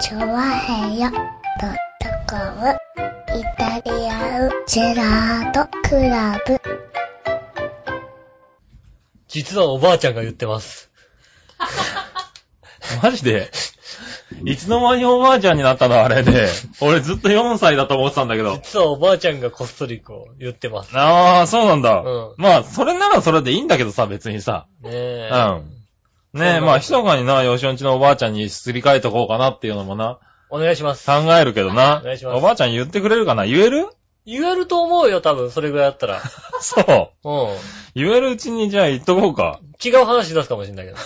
チョワヘヨドットコム。イタリアンジェラートクラブ。実はおばあちゃんが言ってます。 マジで。いつの間におばあちゃんになったのあ れで。俺ずっと4歳だと思ってたんだけど。実はおばあちゃんがこっそりこう言ってます。ねああ、そうなんだ。うんまあ、それならそれでいいんだけどさ、別にさ。うえ。ん。そうねなえ、んだまあ、ひそかにな、よしおんちのおばあちゃんにすり替えとこうかなっていうのもな、お願いします。考えるけどなお願いし。ますおばあちゃん言ってくれるかな言 える言えると思うよ、多分、それぐらいだったら。そう。うん。言えるうちにじゃあ言っとこうか。違う話し出すかもしれないけど。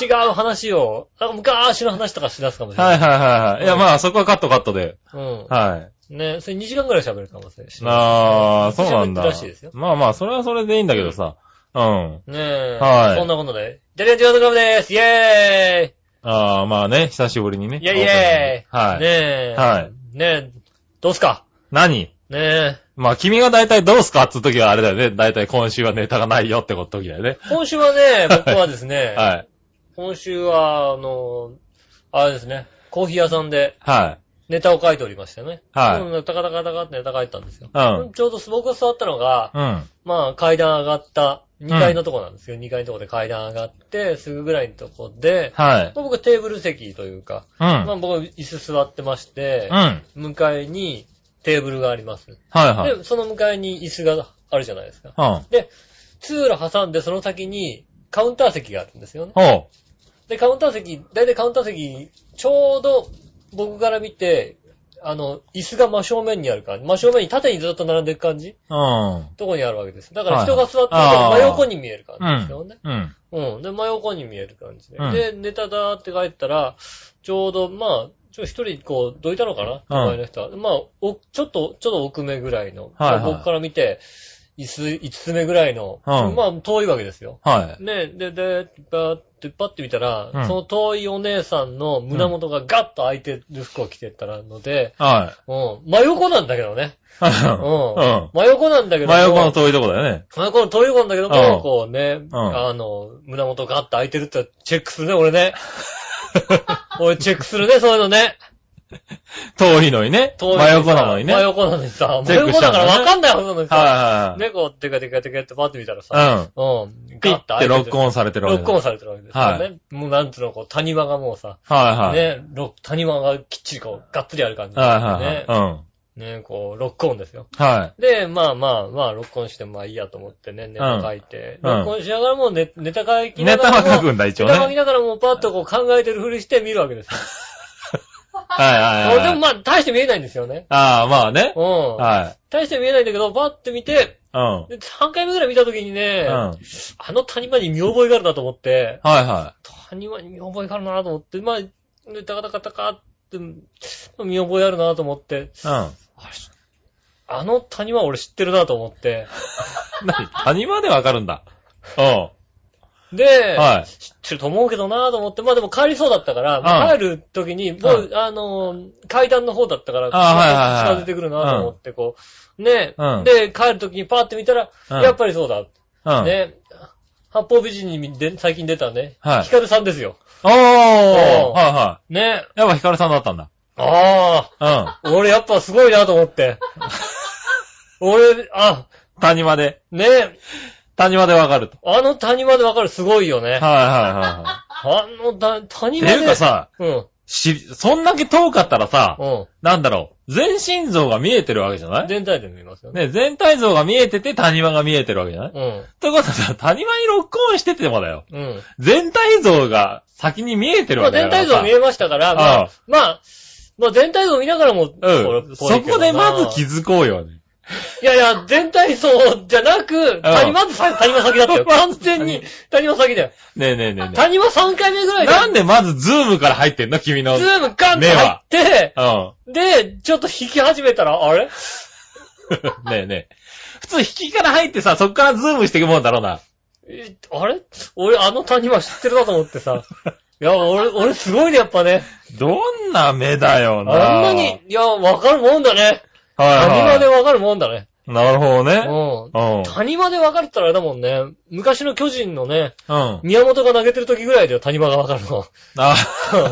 違う話を、なんか昔の話とかし出すかもしれなはいい。はいはいはい。いや、まあ、そこはカットカットで。うん。はい。ね、それ2時間ぐらい喋るかもしれない。ああ、そうなんだ喋ってるらしいですよ。まあまあ、それはそれでいいんだけどさ。うん。ねえ。はいそんなことで。ジャリアンジェラートクラブですイェーイああ、まあね、久しぶりにね。イェイイェイはい。ねえ。はい。ねえ、どうすか何ねまあ、君が大体どうすかっつう時はあれだよね。大体今週はネタがないよってこと時だよね。え。今週はね、僕はですね、 はい。今週は、あの、あれですね、コーヒー屋さんではい。ネタを書いておりましたね。はいうん、タカタカタカってネタ書いてたんですよ。うんちょうど僕が座ったのが、うん。まあ階段上がった2階のとこなんですよ。2階のとこで階段上がって、すぐぐらいのとこで、はい。僕テーブル席というか、うまあん。僕椅子座ってましてうん。、はい向かいにテーブルがあります。はい。うん。で、その向かいに椅子があるじゃないですか。ほで、通路挟んでその先にカウンター席があるんですよね。う。で、カウンター席、だいたいカウンター席、ちょうど僕から見て、あの、椅子が真正面にある感じ。真正面に縦にずっと並んでいく感じうん。とこにあるわけです。だかはらい人が座ってるあ真ー横に見える感うじですよねん。。うん。うん。で、真横に見える感じで。うんで、ネタだーって書いてたら、ちょうど、まあ、ちょ、一人、こう、どいたのかなうん隣の人は。まあ、お、ちょっと、ちょっと奥目ぐらいの。はいはいまあ僕から見て、椅子、5つ目ぐらいの。うんまあ、遠いわけですよ。はい。ね、で、で、バーって、パッて見たら、うんその遠いお姉さんの胸元がガッと開いてる服を着てたらので、はうん、真横なんだけどね。うん。い。真横なんだけうん。ど。真横の遠いとこだよね。真横の遠い子なんだけどうんも、こうね、んあの、胸元ガッと開いてるってチェックするね、俺ね。 俺チェックするね、そういうのね。遠いのにね。遠い真横なのにね。真はい横なのにさ、チ真ェックし横ちゃだかうのねらわかんないはずなのにさ、はいはい。猫テカテカテカってパッて見たらうさ、ん。うん、ピガッとッて開いてロる。ックオンされてるわけロッだクオンされてるわけですよね。はもうなんつうの、こう、谷間がもうさ、はいはい。ね、ロ谷間がきっちりこう、がっつりある感じ、ね。はいはいはね、こう、ロックオンですよ。い。うん。はい。で、まあまあまあ、ロックオンして、まあいいやと思ってね、ネタ書いて。うんロックオンしながらもネネタ書きなネがタらも。は書くんだ、一応ネね。タは書いきながらもパッとこう考えてるふりして見るわけですよ。はいではいも。まあ、大して見えないんですよね。ああ、まあねう。ん。はい。大して見えないんだけど、パッて見て、うん。で3回目ぐらい見たときにね、うん。はいあの谷間に見覚えがあるなと思って、は谷間に見覚えがあるなと思って、まあ、で、タカタカタカって、見覚えあるなと思って、い。うん。あれあの谷間俺知ってるなと思って、 何谷までわかるんだ。うん。で、はい知ってると思うけどなと思って、まあでも帰りそうだったから、まあ帰る時に、もう、あのー、階段の方だったから、あはいはいはい近づいてくるなと思って、こう、ね、うんで、帰る時にパーって見たら、うんやっぱりそうだ、うん。ね、八方美人にで最近出たね、はいヒカルさんですよ。おーはいはね、い。やっぱヒカルさんだったんだ。あうん。あ、俺やっぱすごいなと思って。俺、あ、谷まで。ね、谷までわかると。あの谷間でわかるすごいよね。はいはいはいはあのだい。谷って間で。いうかさ、うん、し、そんだけ遠かったらさ、うん。なんだろう、全身像が見えてるわけじゃない全体で見ますよね。ね、全体像が見えてて谷間が見えてるわけじゃないってことはさ、谷間にロックオンしててもだよ。うん。うん。全体像が先に見えてるまあわけだ全から体さ。像見えましたから、まあああ、まあ、まあ全体像見ながらも、うん。そこでまず気づづこうよね。いやいや、全体像じゃなく、谷間ずさ、谷間先だった よ。完全に、谷間先だよ。ねえねえねえね谷間3回目ぐらえ。いで、なんでまずズームから入ってんの君の。うズん。ームガンって入って、で、ちょっと引き始めたら、あれ ねえねえ。普通引きから入ってさ、そっからズームしていくもんだろうな。えあれ俺、あの谷間知ってるなと思って さ。いや、俺、俺すごいね、やっぱね。どんな目だよな。あんなに、いや、わかるもんだね。はいはい、谷間でわかるもんだね。なるほどうね。ん。うん。谷間で分かれてたらあれだもんね。昔の巨人のね、うん。宮本が投げてる時ぐらいだよ、谷間が分 かるの。あ、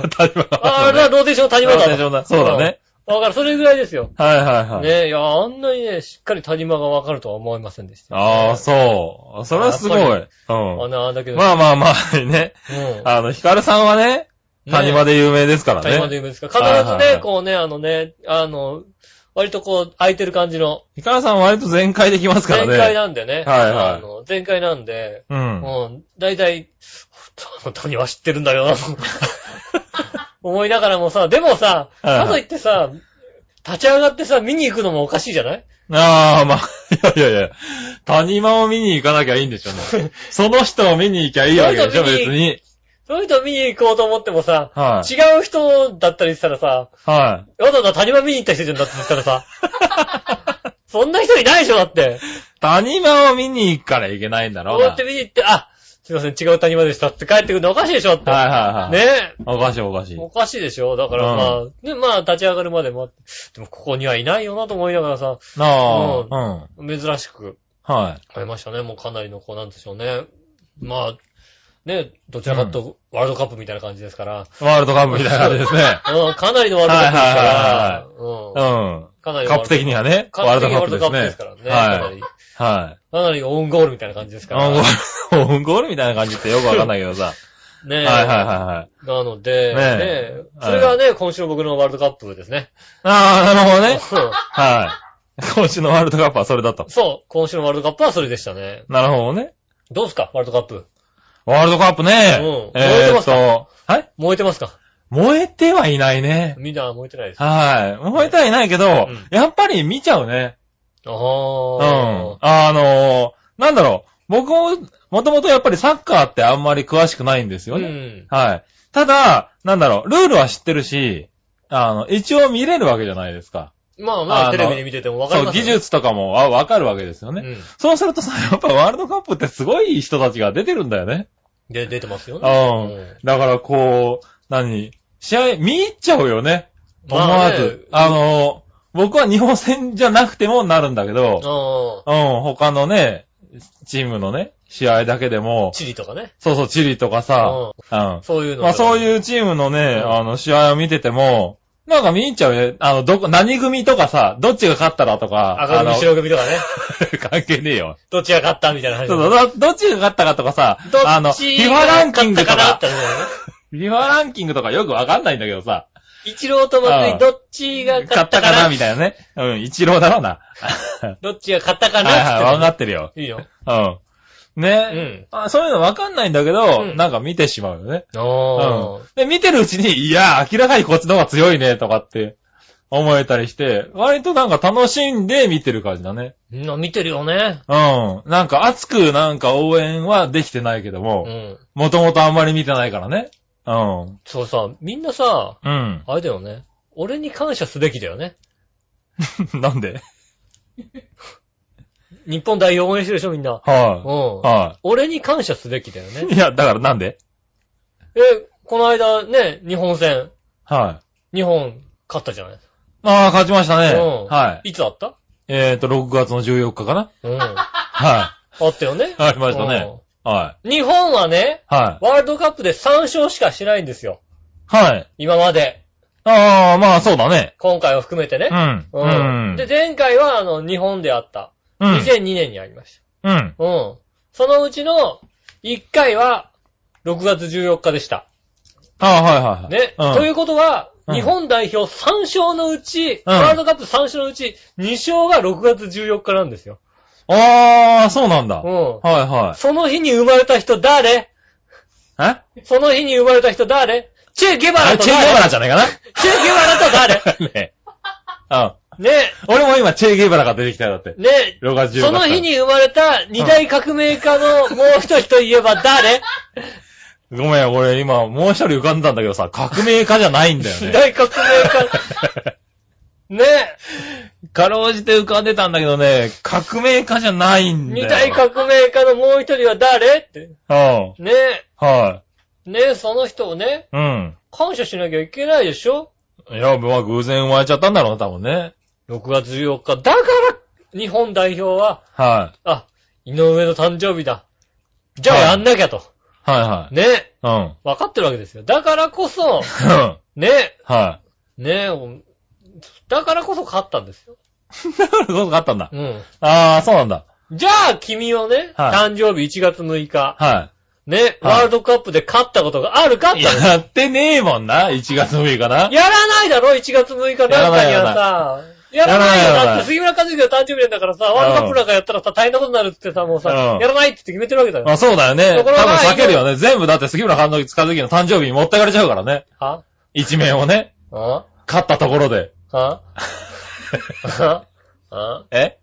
立場ああれはローテーションの谷間だ。ローテーションだそうだね。うん。分かる、それぐらいですよ。はいはいはい。ねえ、いや、あんなにね、しっかり谷間が分かるとは思いませんでした。ああ、そう。それはすごい。うやあん。なだけど、まあまあまあ、ね。うん。あの、ヒカルさんはね、谷間で、で有名ですから谷間でね。有名ですから。はい必ずはいはね、いこうね、あのね、あの、割とこう、空いてる感じの、ヒカルさんは割と全開できますか全開らね。なんでね。はいはいあの、全開なんで、うん。うん、大体、ほんと谷は知ってるんだよな、 と思いながらもさ、でもさ、はいはいかといってさ、立ち上がってさ、見に行くのもおかしいじゃないああ、まあ、いやいやいや。谷間を見に行かなきゃいいんでしょう ね。その人を見に行きゃいいわけでしょ、その別人見に。そういう人見に行こうと思ってもさ、はい。違う人だったりしたらさ、はわざわざ谷間見に行った人じゃんだって言ったら さ。そんな人いないでしょ、だって。い。谷間を見に行くからいけないんだころううな。やっはいて見に行って、あ、すいません、違う谷間でしたって帰ってくるのおかしいでしょ、って。はいはい。ねおかしいおかしえ。い。おかしいでしょだからまあ、ね、まあ立ち上がるまで待って、でもここにはいないよなと思いながらさ、なあ、ううんん。珍しくはい。会いましたね。もうかなりの子なんでしょうね。まあ、ね、どちらかというとワールドカップみたいな感じですから、ワールドカップみたいな感じですね。うん、かなりのワールドカップですから、うんう、ん。かなりカのワールドップ的にはね、カワーッルプド的にカワーッルプドでカッすプですねから。ね。かなはい。りはい。かなりオウンゴールみたいな感じですから。オウンゴール、オウンゴールみたいな感じってよくわかんないけどさ。ねはえ。いはいはいはい。なので、ねねええ。それがね、今週の僕のワールドカップです ね。ああ、なるほどね。そうはい。今週のワールドカップはそれだと。そう、今週のワールドカップはそれでしたね。なるほどね。どうですか、ワールドカップ。ワールドカップね。うん燃ええてーまっすかと、はい燃えてますか燃えてはいないね。みんな燃えてないです。あはい。燃えてはいないけどうん、やっぱり見ちゃうね。あうん。ー。あのー、なんだろう。僕も、もともとやっぱりサッカーってあんまり詳しくないんですようね。ん。はい。ただ、なんだろう、ルールは知ってるし、あの、一応見れるわけじゃないですか。まあまあ、あのテレビで見ててもわかりそう、ますよ技術とかもあわかるわけですよね。うん。そうするとさ、やっぱワールドカップってすごい人たちが出てるんだよね。で、出てますよね。うん。うんだからこう、何試合見入っちゃうよね。思まあわねず。あの、僕は日本戦じゃなくてもなるんだけど、あうん、他のね、チームのね、試合だけでもー、チリとかね。そうそう、チリとかさ、うん。そういうの。まあそう。ういうチームのね、うんあの、試合を見てても、なんか見入っちゃうね。あの、どこ、何組とかさ、どっちが勝ったらとか、赤あ組、の、白組とかね。 関係ねえよ。どっちが勝ったみたいな話。 そうそうど、どっちが勝ったかとかさどっ、ちあの、フィファランキングとが勝っかた、なって話だよねフィファランキングとかよくわかんないんだけどさ、一郎と松井、どっちが勝っ勝ったたかかななみたいな ね。うん、一郎だろうな。どっちが勝ったかなはいはい、わかっってるよ。て。いいよ。うん。うんね、あそういうのわかんないんだけど、うんなんか見てしまうよね。おうん。で、見てるうちに、いや、明らかにこっちの方が強いね、とかって思えたりして、割となんか楽しんで見てる感じだね。ー。な見てるよね。うん。なんか熱くなんか応援はできてないけどうも、ん。もともとあんまり見てないからね。うん。そうさ、みんなさ、うん。あれだよね。俺に感謝すべきだよね。 なんで日本代表応援してるでしょ、みんな。うはんい。。は俺に感謝すべきだよね。 い。いや、だからなんでえ、この間ね、日本戦、はい。日本勝ったじゃない。ああ、勝ちましたね。うんはい。いつあったえっと、6月の14日かなうん。あはったよねい。。ありましたね。はうん。日本はね、い。はい。ワールドカップで3勝しかしないんですよ。はい。今まで。ああ、まあ、そうだね。今回を含めてねう。うん。ん。で、前回は、あの、日本であった。うん。 2002年にありましうん。た。うん。そのうちの、1回は、6月14日でした。ああ、はいはいはい。ね。うん、ということは、うん日本代表3勝のうち、うんワールドカップ3勝のうち、2勝が6月14日なんですよ。ああ、そうなんだ。うはいん。はその日に生まれた人誰い。えその日に生まれた人誰チェ・ゲバあラれ、とチェ・ゲバ誰ラじゃないかなチェ・ゲバラと誰 ねうん。ね。俺も今、チェ・ゲバラが出てきたよ、だって。ね。 6月14日。その日。に生まれた二大革命家のもう一人といえば誰ごめん、俺今、もう一人浮かんだんだけどさ、革命家じゃないんだよ二ね。大革 命家。ねかろうじて浮かんでたんだけどね、革命家じゃないんだ二よ。大革命家のもう一人は誰って。うん。ねはねその人をね、い。うん。感謝しなきゃいけないでしょいや、まあ偶然生まれちゃったんだろうな、多分ね。 ?6 月14日。だから、日本代表は、はあ、井上の誕生日だ。じゃあやんなきゃと。い。はいね。はい。わかってるわけですよ。だからこそ、うん。ね。はねおだからこそ勝ったんですよ。い。だからそうあったんだ。うん。ああ、そうなんだ。じゃあ、君をね、はい誕生日1月6日、はね、はいワールドカップで勝ったことがあるかってい。話やってねえもんな、1月6日かな。やらないだろ、1月6日なんかにはさ。やらないよ。やらないだって杉村和樹が誕生日なんだからさ、ワールドカップなんかやったらさ、大変なことになるってさ、もうさ、うんやらないって決めてるわけだまよ。あそうだよね。多ところが分避けるよね。全部だって杉村監督使う時の誕生日に持ってかれちゃうからね。は一面をね。は勝ったところで。 はははえ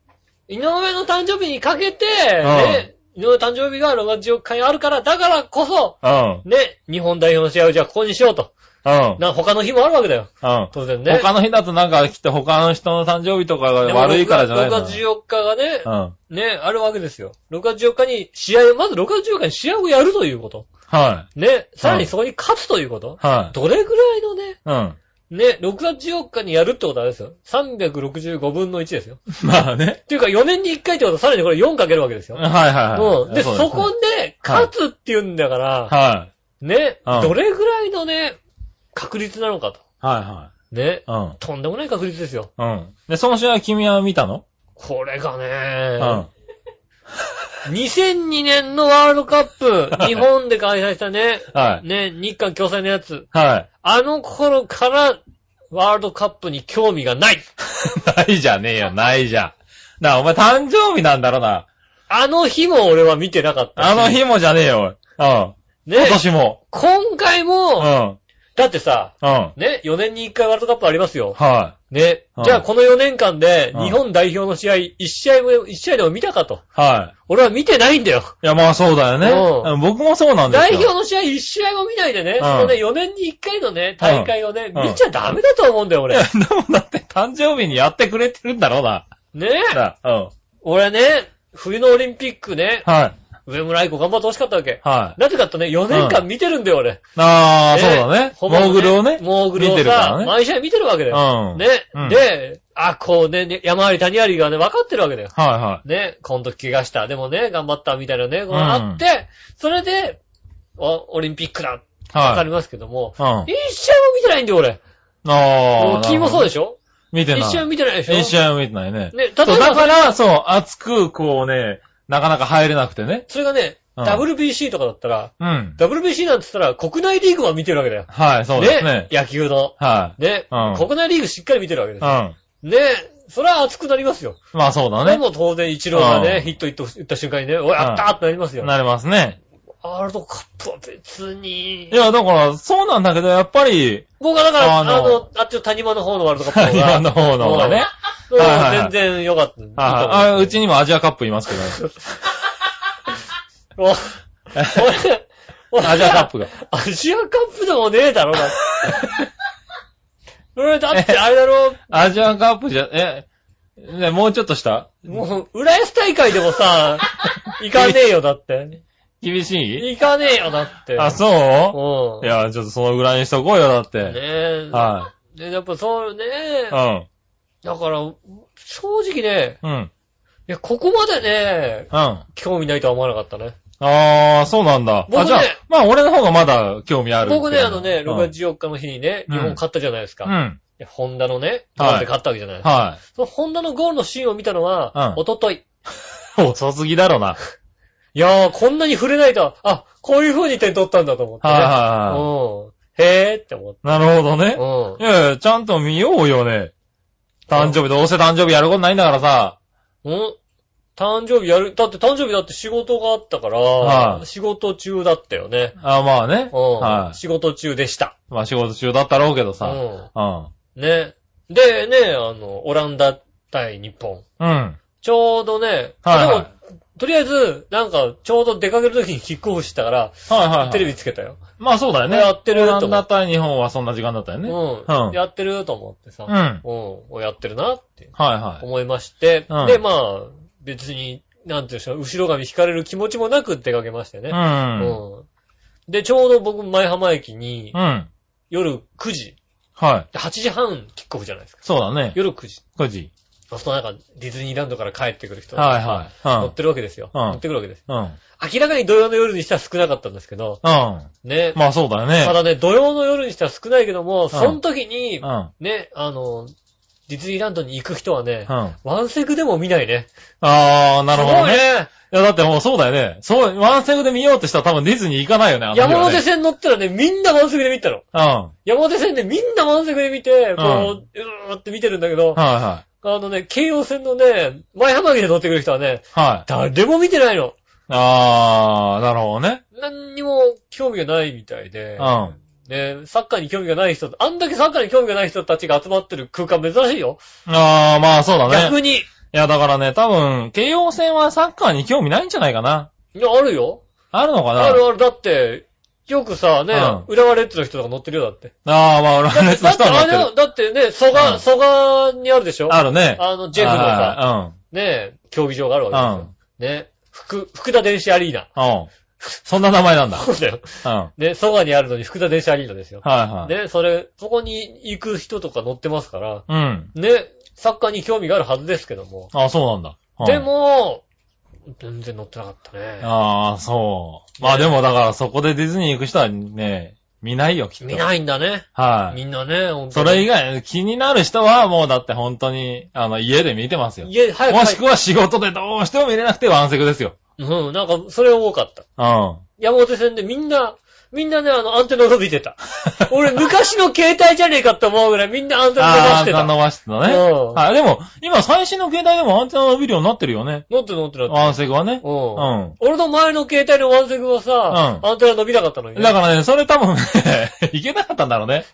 井上の誕生日にかけて、んね、井上の誕生日が6月4日にあるから、だからこそ、うん。ね、日本代表の試合をじゃあここにしようと。うん。な、他の日もあるわけだよ。うん。当然ね。他の日だとなんかきっと他の人の誕生日とかがでも悪いからじゃない6の月14日がね、うん。ね、あるわけですよ。6月14日に試合を、まず6月14日に試合をやるということ。はい。ね、さらにそこに勝つということ。はどれぐらいのね、い。うん。ね、6月14日にやるってことはあれですよ。365分の1ですよ。まあね。っていうか4年に1回ってことはさらにこれ4かけるわけですよ。 はいはいはい。うん。で、うそすねこで、勝つって言うんだから、はい。ね、うんどれぐらいのね、確率なのかと。はね、いはい。とんでもない確率ですよ。うん。うん。で、その試合君は見たのこれがうねん。、は2002年のワールドカップ、 は日い本で開催したね、い。ね、日韓共催のやつ。はい。あの頃から、ワールドカップに興味がない。ないじゃねえよ、ないじゃん。なあ、お前誕生日なんだろな。あの日も俺は見てなかったし。あの日もじゃねえよ、おいうん。ね今、年も。今回うも、ん。だってさ、うん。ね、4年に1回ワールドカップありますよ。はい。ねう。んじゃあこの4年間でうん日本代表の試合、1試合も、1試合でも見たかと。は俺は見てないんだよ。い。いや、まあそうだよね。うんうん僕もそうなんです代よ。表の試合1試合も見ないでね、んそのね、4年に1回のね、大会をね、うん見ちゃダメだと思うんだよ、い俺や。、でもだって誕生日にやってくれてるんだろうな。ねなうん。俺ね、冬のオリンピックね、はい。上村愛子頑張ってほしかったわけ。はい。なぜかってね、4年間見てるんだよ、俺。あねあ、そうだね。ほモぼーグルをね。モーグル見をてるからさ、ね毎試合見てるわけだうん。よ。はいね、うんで、あ、こうね、ね山あり谷ありがね、分かってるわけだよ。はね、この時怪我した、でもね、頑張ったみたいなね、こううんあって、それで、おオリンピックだ、い。わかはりい。ますけども、うん。あ一試合も見てないんだよ、俺。あもう。君もそうでししょょ見てない。一試合も見てないでしょ一試合も見てないね。ね、例えばそう、だかさ、ら、そう、熱く、こうね、なかなか入れなくてね。それがね、うん WBC とかだったら、うん。 WBC なんて言ったら国内リーグは見てるわけだよ。はい、そうですね。野球の。はい。ね、うん国内リーグしっかり見てるわけでうん。すよ。ね、それは熱くなりますよ。まあそうだでね。も当然、イチローがうね、んヒット打った瞬間にね、おい、あったーってなりますよ。なりますね。ワールドカップは別にい。や、だから、そうなんだけど、やっぱり、僕はだから、ああのの、あっちの谷間の方のワールドカップ の今方がの方の方がね。うんはいはいは全い然良かった。はい。あ、ういいちにもアジアカップいますけど。と思う。俺、俺アジアカップが。 アジアカップでもねえだろ、だって。俺だ ってあれだろ、アジアカップじゃ、え、ね、もうちょっとしたもう、浦安大会でもさ、行かねえよ、だって。厳しい行かねえよ、だって。。あ、そううんいや、ちょっとそのぐらいにしとこうよ、だって。ねえ。はで、やっぱそうねい。うん。だから、正直ね、うん。うん。いや、ここまでね、あ興味ないとは思わなかったね。あー、そうなんだ。僕ねあ、じゃあ、まあ俺の方がまだ興味ある。僕ね、あのね、うん6月14日の日にね、うん日本勝ったじゃないですか。ういん。やホンダのね、ドはいバンで勝ったわけじゃないですか。はそのホンダのゴールのシーンを見たのは、うんおととい。 い。遅すぎだろな。はいいやー、こんなに触れないと、あ、こういう風に点取ったんだと思って、ね。はいはうん。へーって思って。い。なるほどね。ういやいや、ちゃんと見ようよね。誕生日、どうせ誕生日やることないんだからさ。ん。うん誕生日やる、だって誕生日だって仕事があったから、はい仕事中だったよね。あまあね。うん、はい。仕事中でした。まあ仕事中だったろうけどうさ。ん。うん。ね。で、ね、あの、オランダ対日本。うん。ちょうどね、はいはいでも、とりあえず、なんか、ちょうど出かけるときにキックオフしたから、はいはい、はい。テレビつけたよ。まあそうだよね。やってるオと思うランダ対日本はそんな時間だったよね。うん。うんやってると思ってさ、うん。はいうん。をやってるなってはい。思いまして、うんで、まあ、別に、なんていうんでしょう、後ろ髪引かれる気持ちもなく出かけましてうね。ん。うんで、ちょうど僕、前浜駅にう、ん。夜9時、はい。 8時半キックオフじゃないですか。そうだね。夜9時。 9時。そうするとなんか、ディズニーランドから帰ってくる人がはいはい。乗ってるわけですよ。うん乗ってくるわけです。うん。うん。明らかに土曜の夜にしては少なかったんですけど、うん。ね。まあそうだよたね。だね、土曜の夜にしては少ないけども、その時にう、ん。ね、あの、ディズニーランドに行く人はねう、ん。ワンセグでも見ないね。あー、なるほどね。すごいね。いや、だってもうそうだよね。そう、ワンセグで見ようとしたら多分ディズニー行かないよね、あの日はね山手線乗ったらね、みんなワンセグで見たの。うん。は山手線でみんな満席で見て、こう、うーって見てるんだけどい、はあのね、京葉線のね、前浜駅で乗ってくる人はね、い。はい。誰も見てないの。あー、なるほどね。何にも興味がないみたいでう、ん。ね、サッカーに興味がない人、あんだけサッカーに興味がない人たちが集まってる空間珍しいよ。あー、まあそうだね。逆に。いいや、だからね、多分、京王線はサッカーに興味ないんじゃないかな。や、あるよ。あるのかなあるある。だって、よくさ、ねうん、浦和レッズの人とか乗ってるよ、だ って。あー、まあ、俺はだっ熱て、のだっ人ては乗あってれる。だってね、蘇う我、ん蘇我にあるでしょあるね。あの、ジェフのさ、あね、競技場があるーわけですよ。ね、福、福田電子アリーナ。 うん。うん。うん。そんな名前なんだ。そうだよ。うん。はいね、蘇我にあるのに福田電車アリーナですよ。はい。ね、それ、そこに行く人とか乗ってますから、うん。ね、サッカーに興味があるはずですけども。あ、そうなんだ。うんでも、全然乗ってなかったね。ああ、そう。まあでもだからそこでディズニー行く人はね、見ないよ、きっと。見い。ないんだね。はい。みんなね、ほんそれ以外、気になる人はもうだって本当に、あの、家で見てますよ。家、早くもしく帰っは仕事でどうしても見れなくてワンセグですよ。うん、なんか、それ多かった。うん。あ山手線でみんな、みんなね、あの、アンテナ伸びてた。 俺、昔の携帯じゃねえかって思うぐらい、みんなアンテナ伸ばあしー、てあた。伸ばしてたね。うんはい。でも、今最新の携帯でもアンテナ伸びるようになってるよね。乗って乗ってなワかっンセグはねた。。うんうん。俺の前の携帯のワンセグはさ、うんアンテナ伸びなかったのにね。だからね、それ多分ね、 いけなかったんだろうね。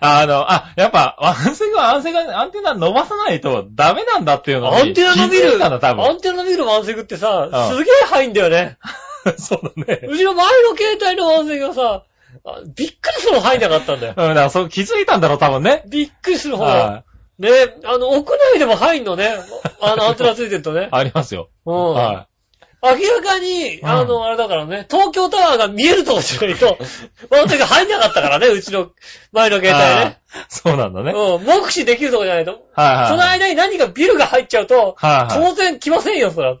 あの、あ、やっぱ、ワンセグはアンセグはアンテナ伸ばさないとダメなんだっていうのにアンテナ伸び気づる、いたんだ、多分ア。ンテナ伸びるワンセグってさ、うんすげえ入んだよ ね。そうだね。うちの前の携帯のワンセグがさ、あびっくりするほど入んなかったんだうん、だよ。 からそう気づいたんだろう、多分ね。びっくりするほど。はね、あの、屋内でも入んのね。あの、アンテナついてる とい。ね。ありますよ。うん。は明らかに、うんあの、あれだからね、東京タワーが見えるとこじゃない と、ワンセグ入んなかったからね、うちの前のい。携帯ね。あーそうなんだね。はいうん、目視できるとこじゃないと。はい。その間に何かビルが入っちゃうと、はいはい。当然来ませんよ、そら。あ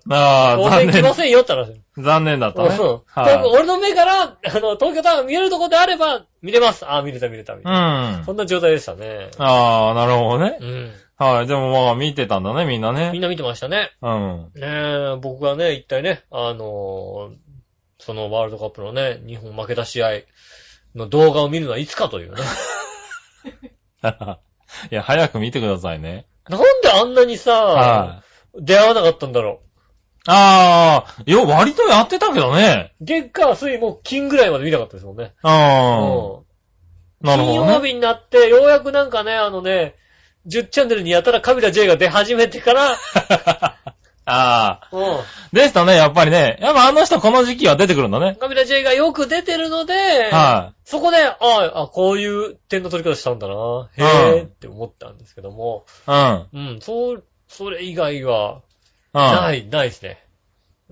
当あ、然残来ま念。せんよって話。残念だったうんね。そう。はい。俺の目から、あの、東京タワー見えるとこであれば、見れます。ああ、見れた見れた。みうたいん。なあそんな状態でしたね。あ、なるほどね。うん。はい。でもまあ、見てたんだね、みんなみんね。な見てましたね。うん。 ねえ、僕がね、一体ね、あのーそのワールドカップのね、日本負けた試合の動画を見るのはいつかというね。 いや、早く見てくださいね。なんであんなにはいさ、。出会わなかったんだろああ、よ、割とやってたけどね。う。月火水もう金ぐらいまで見なかったですもんね。うん。なる金ほ曜どね。日になって、ようやくなんかね、あのね、10チャンネルにやたらカビラ J が出始めて から、ああ。うでしたね、やっぱりね。やっぱあの人この時期は出てくるんだねん。。カビラ J がよく出てるので、はそこで、ああ、こういう点の取り方したんだな、へうえんって思ったんですけども、い。うん。うん、そう、それ以外は、うん。ない、ないですね。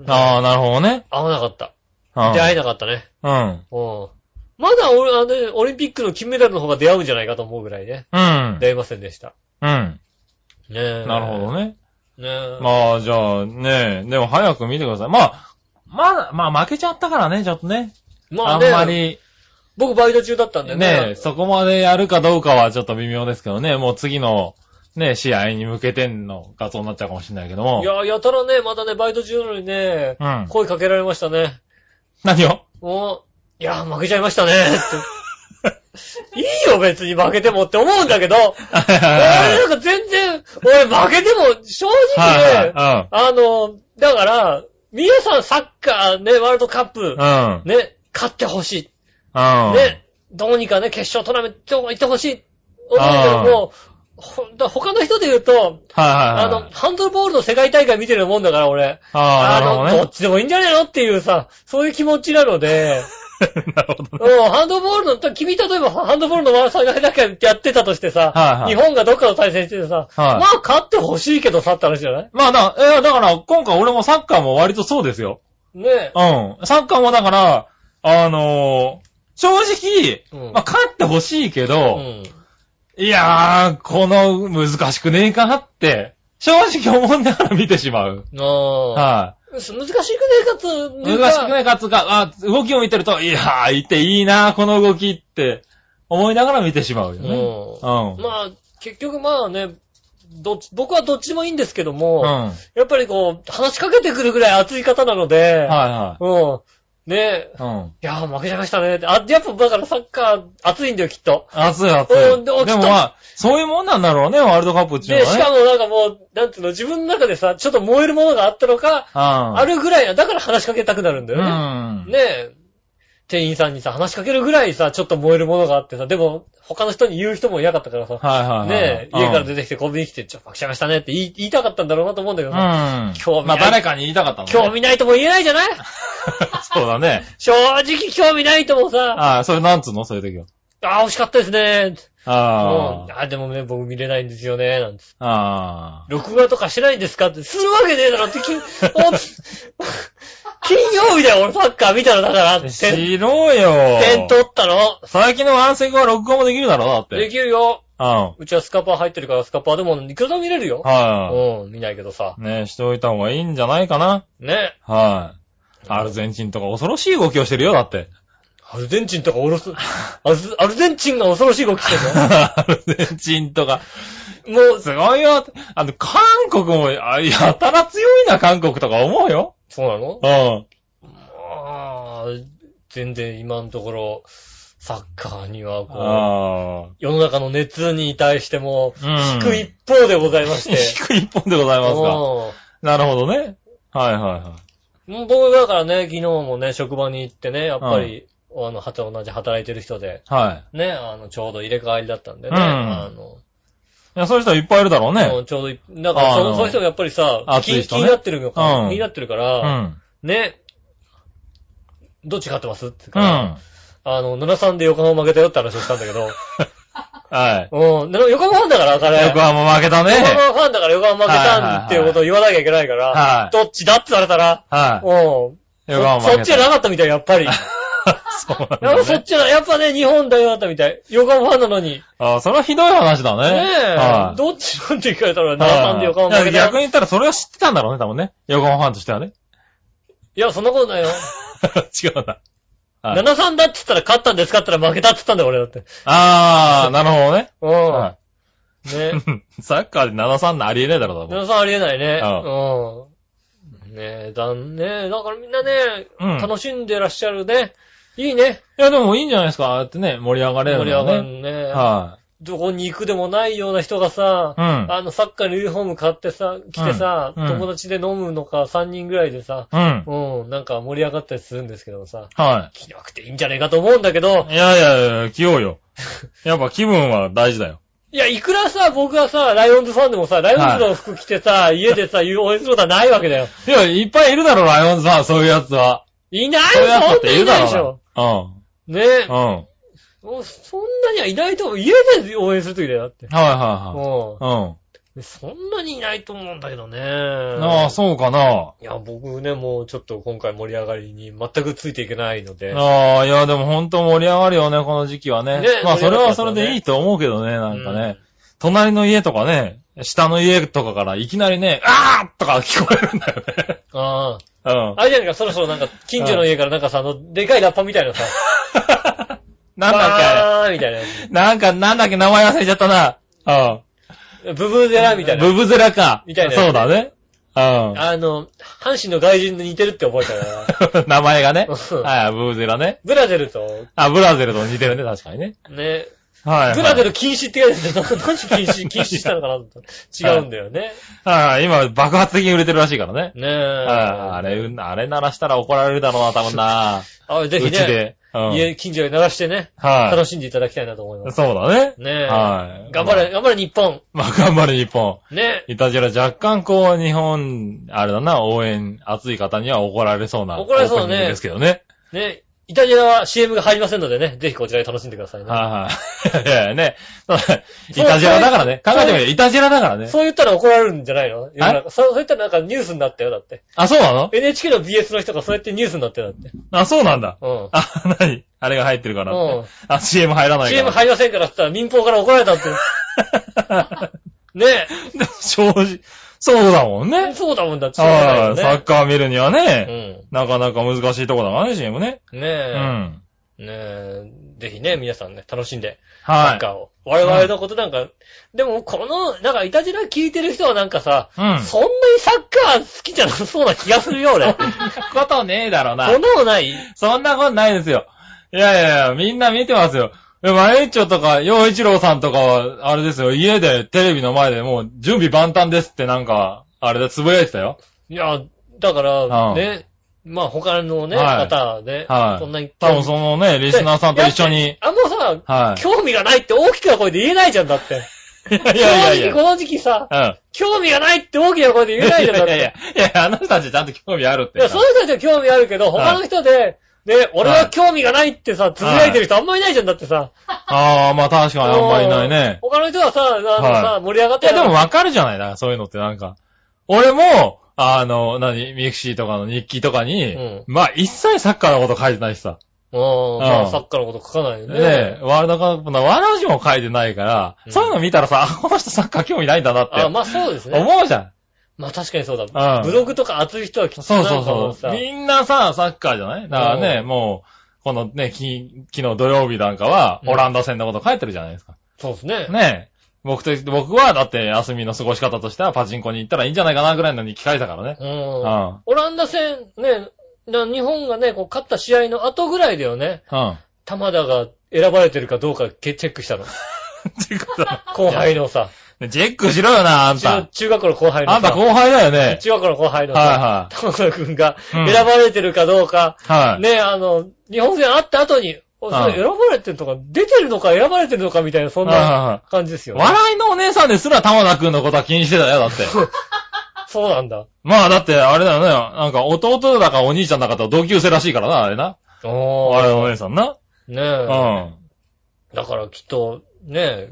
ああ、なるほどね。合わなかった。うん出会えなかったね。うん。うん。まだ俺、あのね、オリンピックの金メダルの方が出会うんじゃないかと思うぐらいね、うん。出会いませんでした。うん。ねえ。なるほどね。ねえ。まあ、じゃあね、でも早く見てください。まあ、まあ、まあ負けちゃったからね、ちょっとね。まああんね、まり、僕バイト中だったんでね。ね、そこまでやるかどうかはちょっと微妙ですけどね。もう次の、ね、試合に向けての画像になっちゃうかもしれないけども。いや、やたらね、またね、バイト中なのにね、うん。声かけられましたね。何をもう、いや、負けちゃいま したね、って。いいよ、別に負けてもって思うんだけど、俺なんか全然、俺負けても、正直ね、はあの、だから、皆さんサッカーね、ワールドカッいプ、はい。うん。ね、勝ってほしうん。い。うん。ね、どうにかね、決勝トーナメント行ってほしい。思うんだけども、ほんと他の人で言うと、はいあはいはい。の、ハンドボールの世界大会見てるもんだから、俺。あああ、なるほの、どどねっ。ちでもいいんじゃねえのっていうさ、そういう気持ちなの で、 なるほどね。うん、ハンドボールの、君例えばハンドボールのワールドカップだけやってたとしてさ、はいはい日本がどっかと対戦しててさ、はいまあ勝ってほしいけどさって話じゃないまあだ、えーだから、今回俺もサッカーも割とそうですよ。ねえ。うん。サッカーもだから、あのー正直、うんまあ、勝ってほしいけうど、ん。いやー、この難しくねえかなって正直思んながら見てしまう。ああ。はい。難しくねえかつ、難しくねないかつうか、あ、動きを見てると、いやー、いていいなこの動きって、思いながら見てしまうよね。ううんん。。まあ、結局まあね、どっち、僕はどっちもいいんですけども、うん。はいやっぱりこう、話しかけてくるぐらい熱い方なので、はうん。ねえ、い。うん。いやー負けちゃいましたねって。あ、やっぱだからサッカー熱いんだよ、きっと。熱い熱い。うんででも起きたまあ、そういうもんなんだろうね、ワールドカップっていで、うのはしね。かもなんかもう、なんつうの、自分の中でさ、ちょっと燃えるものがあったのか、うん。あるぐらいな、だから話しかけたくなるんだうよね。ん。ねえ。店員さんにさ、話しかけるぐらいさ、ちょっと燃えるものがあってさ、でも、他の人に言う人も嫌だったからさ、はいはいはい。ねえ、家から出ててきてコンビニ来て、ちょ、爆笑しましたねって言い言いたかったんだろうなと思うんだけうどさ、ん。興味まなあい誰かに言いたかったのね興味ないとも言えないじゃない そうだね。正直興味ないともさ、ああ、それなんつうのそういう時は。ああ、惜しかったですね。あうんあ。あ、でもね、僕見れないんですよね、なんて。ああ。録画とかしないんですかって、するわけねえだろって、き お金曜日だよ、俺サッカー見たのだから、点、点しろよ。取ったの。最近のワンセグは録画もできるだろう、だって。できるよ。うん。はうちはスカパー入ってるから、スカパーでもいくらでも見れるよ。い。うん、見ないけどさ。ねしておいた方がいいんじゃないかな。ね。はい。アルゼンチンとか恐ろしい動きをしてるよ、だって。アルゼンチンとかおろす、アルアルゼンチンが恐ろしい動きして るアルゼンチンとか。の。もう、すごいよ。あの、韓国も、あやたら強いな、韓国とか思うよ。そうなのうん。ああ、全然今のところ、サッカーにはこう、ああ。世の中の熱に対しても、うん引く一方でございまして。低い一本でございますか。うんなるほどね。はいはいはうん僕だからね、昨日もね、職場に行ってね、やっぱり、あの、はた同じ働いてる人で、い。はい。ね、あの、ちょうど入れ替わりだったんでね、うんあの、いや、そういう人いっぱいいるだろうもね。うちょうどい、だからあそー、そういう人がやっぱりさ、熱い気気人ねになってるのか、うん気になってるかうら、ん。ね、どっち勝ってますって言ううかん。ら、はあの、7-3で横浜負けたよって話をしたんだけ ど、い。うん、でも横浜ファンだから、彼。横浜負けたね。横浜ファンだから横浜負けたっていうことを言わなきゃいけないから、はいどっちだって言われたら、はい。うん、横浜負けた。そっちじゃなかったみたい、やっ ぱり。そうなんやっぱだそねっ。ちは、やっぱね、日本代表だったみたい。横浜ファンなのに。ね ああ、それはひどい話だね。え。はい。どっちなんて聞かれたら、はい7んで横浜負けいやた逆よ。に言ったらそれは知ってたんだろうね、多分ね。横浜ファンとしてはね。 いや、そんなことないよ。違うな。はい73だって言ったら勝ったんですかって言ったら負けたって言ったんだよ、俺だって。ああ、なるほどね。うはん。ねい。サッカーで73のありえねえだろ、多分。 73ありえないね。ううん。ねえ、だんねえ。だからみんなね、うん楽しんでらっしゃるね。いいね。いや、でもいいんじゃないですか。ああやってね、盛り上がれるの盛はり上ね。がるね。はどこに行くでもないような人がさい。、うん。あの、サッカーのユニフォーム買ってさ、来てさ、うんうん友達で飲むのか3人ぐらいでさ、うん。うん、なんか盛り上がったりするんですけどさ、は着なくていいんじゃねえかと思うんだけど、い。いやいやいや、着よ うよ。やっぱ気分は大事だよ。いや、いくらさ、僕はさ、ライオンズファンでもさ、ライオンズの服着てさ、家でさ、応援することはないわけだよ。いや、いっぱいいるだろ、ライオンズは、そういうやつは。いないそういうやつだそんなってにいいるないだでしょろ。。うん。ねえうん。はいもうそんなにはいないと思う。家で応援するときだよ、だって。はういはん。そんなにいないと思うんだけどね。い。うん。ああ、そうかな。いや、僕ね、もうちょっと今回盛り上がりに全くついていけないので。ああ、いや、でも本当盛り上がるよね、この時期はね。ねまあ、それは盛りそ上がっれてますよねでいいと思うけどね、なんかね。うん隣の家とかね、下の家とかからいきなりね、あーとか聞こえるんだよね。ああ。うん。 あれじゃないか、そろそろなんか、近所の家からなんかさ、あの、でかいラッパみたいなさ、なんだっバーンみたいなやけ、なんか、なんだっけ、名前忘れちゃったな。つ。ブブーゼラうん。みたいなブ。ブゼラか。みたいなやつねそうだね。 うあの、阪神の外人に似てるって覚えた な。ん。名前がね。うんはい、ブブゼラね。ブラゼルと、あ、ブラゼルと似てるね、確かにね。ね、はい、はい。ブラゼル禁止って言われてた けど、何禁止、禁止したのかなと思った違うんだよね。はい、今、爆発的に売れてるらしいからね。ねえ。はい、あれ、うんあれ鳴らしたら怒られるだろうな、多分な。あ ぜひうちね、で。うん家、近所で鳴らしてね、は楽しんでいただきたいなと思いい。ます。そうだね。ねえ。はい。頑張れ、頑張れ日本。まあ。まあ、頑張れ日本。ねいたじら若干こう、日本、あれだな、応援、熱い方には怒られそうな。怒られそうだねですけどね。ねイタジラは CM が入りませんのでね、ぜひこちらで楽しんでくださいね。はい はい。いやい やね。そういたじらだからね。考そうえてみればいたじらだからね。そう言ったら怒られるんじゃないの世の中そうそう言ったらなんかニュースになったよ、だって。あ、そうなの NHK の BS の人がそうやってニュースになってるんだって。あ、そうなんだ。うん。あ、なにあれが入ってるからっうてん。あ、CM 入らないから。 CM 入りませんからって言ったら民放から怒られたって。ねえ。でも正直、そうだもんね。そうだもんだってしょうがないはよい、ね。サッカー見るにはうね、ん。なかなか難しいとこだからね、CM ね。ねうえ。ん。ねえ、ぜひね、皆さんね、楽しんで、サはッカーを。我々のことなんか、でもこの、なんか、いたじら聞いてる人はなんかさ、い。うん。そんなにサッカー好きじゃなさそうな気がするよ、 俺。ことねえだろうなそ。んなもないそんなことないですよ。いやいやいや、みんな見てますよ。でも、エイチョとか、ヨウイチロウさんとかは、あれですよ、家で、テレビの前でもう、準備万端ですってなんか、あれだ、つぶやいてたよ。いや、だから、うんね、まあ他のね、はい方ね、はいそんなに。多分そのね、リスナーさんと一緒に、あんまさ、はい。興味がないって大きな声で言えないじゃんだって。 いやいやいや。正直この時期さ、うん。興味がないって大きな声でい言えないじゃんだっやいやて。いや、いやあの人たちちゃんと興味あるっいて。や、そういう人たちは興味あるけど、他の人で、ね、俺は興味がないってさ、つぶやいてる人あんまいないじゃんだってさ。ああ、まあ確かにあんまりいないね。他の人はさ、あのはさ、盛り上がっいてや、でもわかるじゃないな、そういうのってなんか。俺も、あの、何、ミクシーとかの日記とかに、うんまあ一切サッカーのこと書いてないしさ。うん、うんまあサッカーのこと書かないよねね。え、ワールドカップのワールドジも書いてないから、うんそういうの見たらさ、あこの人サッカー興味ないんだなっあ、てまあそうですね。思うじゃん。まあ確かにそううだ。んブログとか熱い人はきっとそうなそうんかもうそさう。みんなさ、サッカーじゃないだからね、うんもう、このね、き昨日土曜日なんかは、うんオランダ戦のこと書いてるじゃないですか。そうですね。ねえ。僕と、僕はだって休みの過ごし方としてはパチンコに行ったらいいんじゃないかなぐらいのに聞かれたからね。う。うんん。オランダ戦、ね、な日本がね、こう勝った試合の後ぐらいだよね、うん。玉田が選ばれてるかどうかけチェックしたの。 チェックだ。後輩のさ、チェックしろよな、あん中た。中学校の後輩のさ、あんた後輩だよね。中学校の後輩のはいさ、は玉田くんがうん選ばれてるかどうか、い。はい。ね、あの、日本戦あった後に、おそれ選ばれてるとか、出てるのか選ばれてるのかみたいな、そんはいはないはい感じですよね。笑いのお姉さんですら玉田くんのことは気にしてたよ、だって。そうなんだ。まあだって、あれだよね。なんか弟だかお兄ちゃんだかと同級生らしいからな、あれな。お笑いー。のお姉さんねな。えうん。。はだからきっと、ねえ、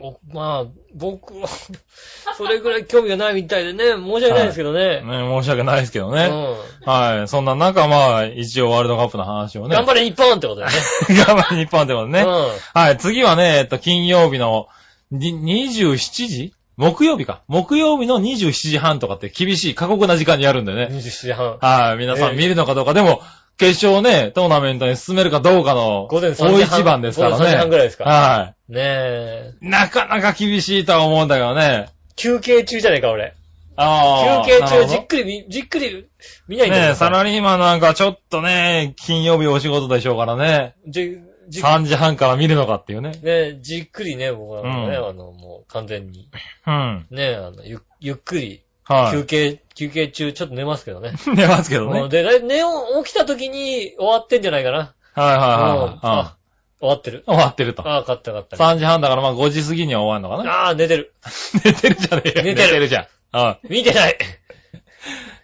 おまあ、僕は、 それぐらい興味がないみたいでね、申し訳ないですけどいねね。申し訳ないですけどうね。んはい。そんな中、まあ、一応ワールドカップの話をね。頑張れ日本ってことだよね。 頑張れ日本ってことね。うはい、次はね、えっと、金曜日のに27時木曜日か。木曜日の27時半とかって厳しい過酷な時間にやるんでん。ね。 27時半。はい、皆さええん見るのかどうか。でも、決勝ね、トーナメントに進めるかどうかの午前大3時半。一番ですからね。午前3時半ぐらいですか。はねえ。い。なかなか厳しいとは思うんだけどね。休憩中じゃねえか、俺。あ休あ。憩中じなるっくり見、じっくり見ないほんどだねよ。え、サラリーマンなんかちょっとね、金曜日お仕事でしょうからね。じ、じ、ね3時半から見るのかっていうね。え、じっくりね、僕はね、うんあの、もう完全に。うん。ねえ、あの、ゆゆっくり、は休い。憩、休憩中ちょっと寝ますけどね。 寝ますけどね。もはういで、だい寝お起きた時に終わってんじゃないかな。はいはもいはうい。ああ終わってる。終わってると。ああ、勝った勝った。 3時半だからまあ5時過ぎには終わるのかなああ、寝てる。寝てるじゃねえよ。寝てるじゃん。あ見て ない。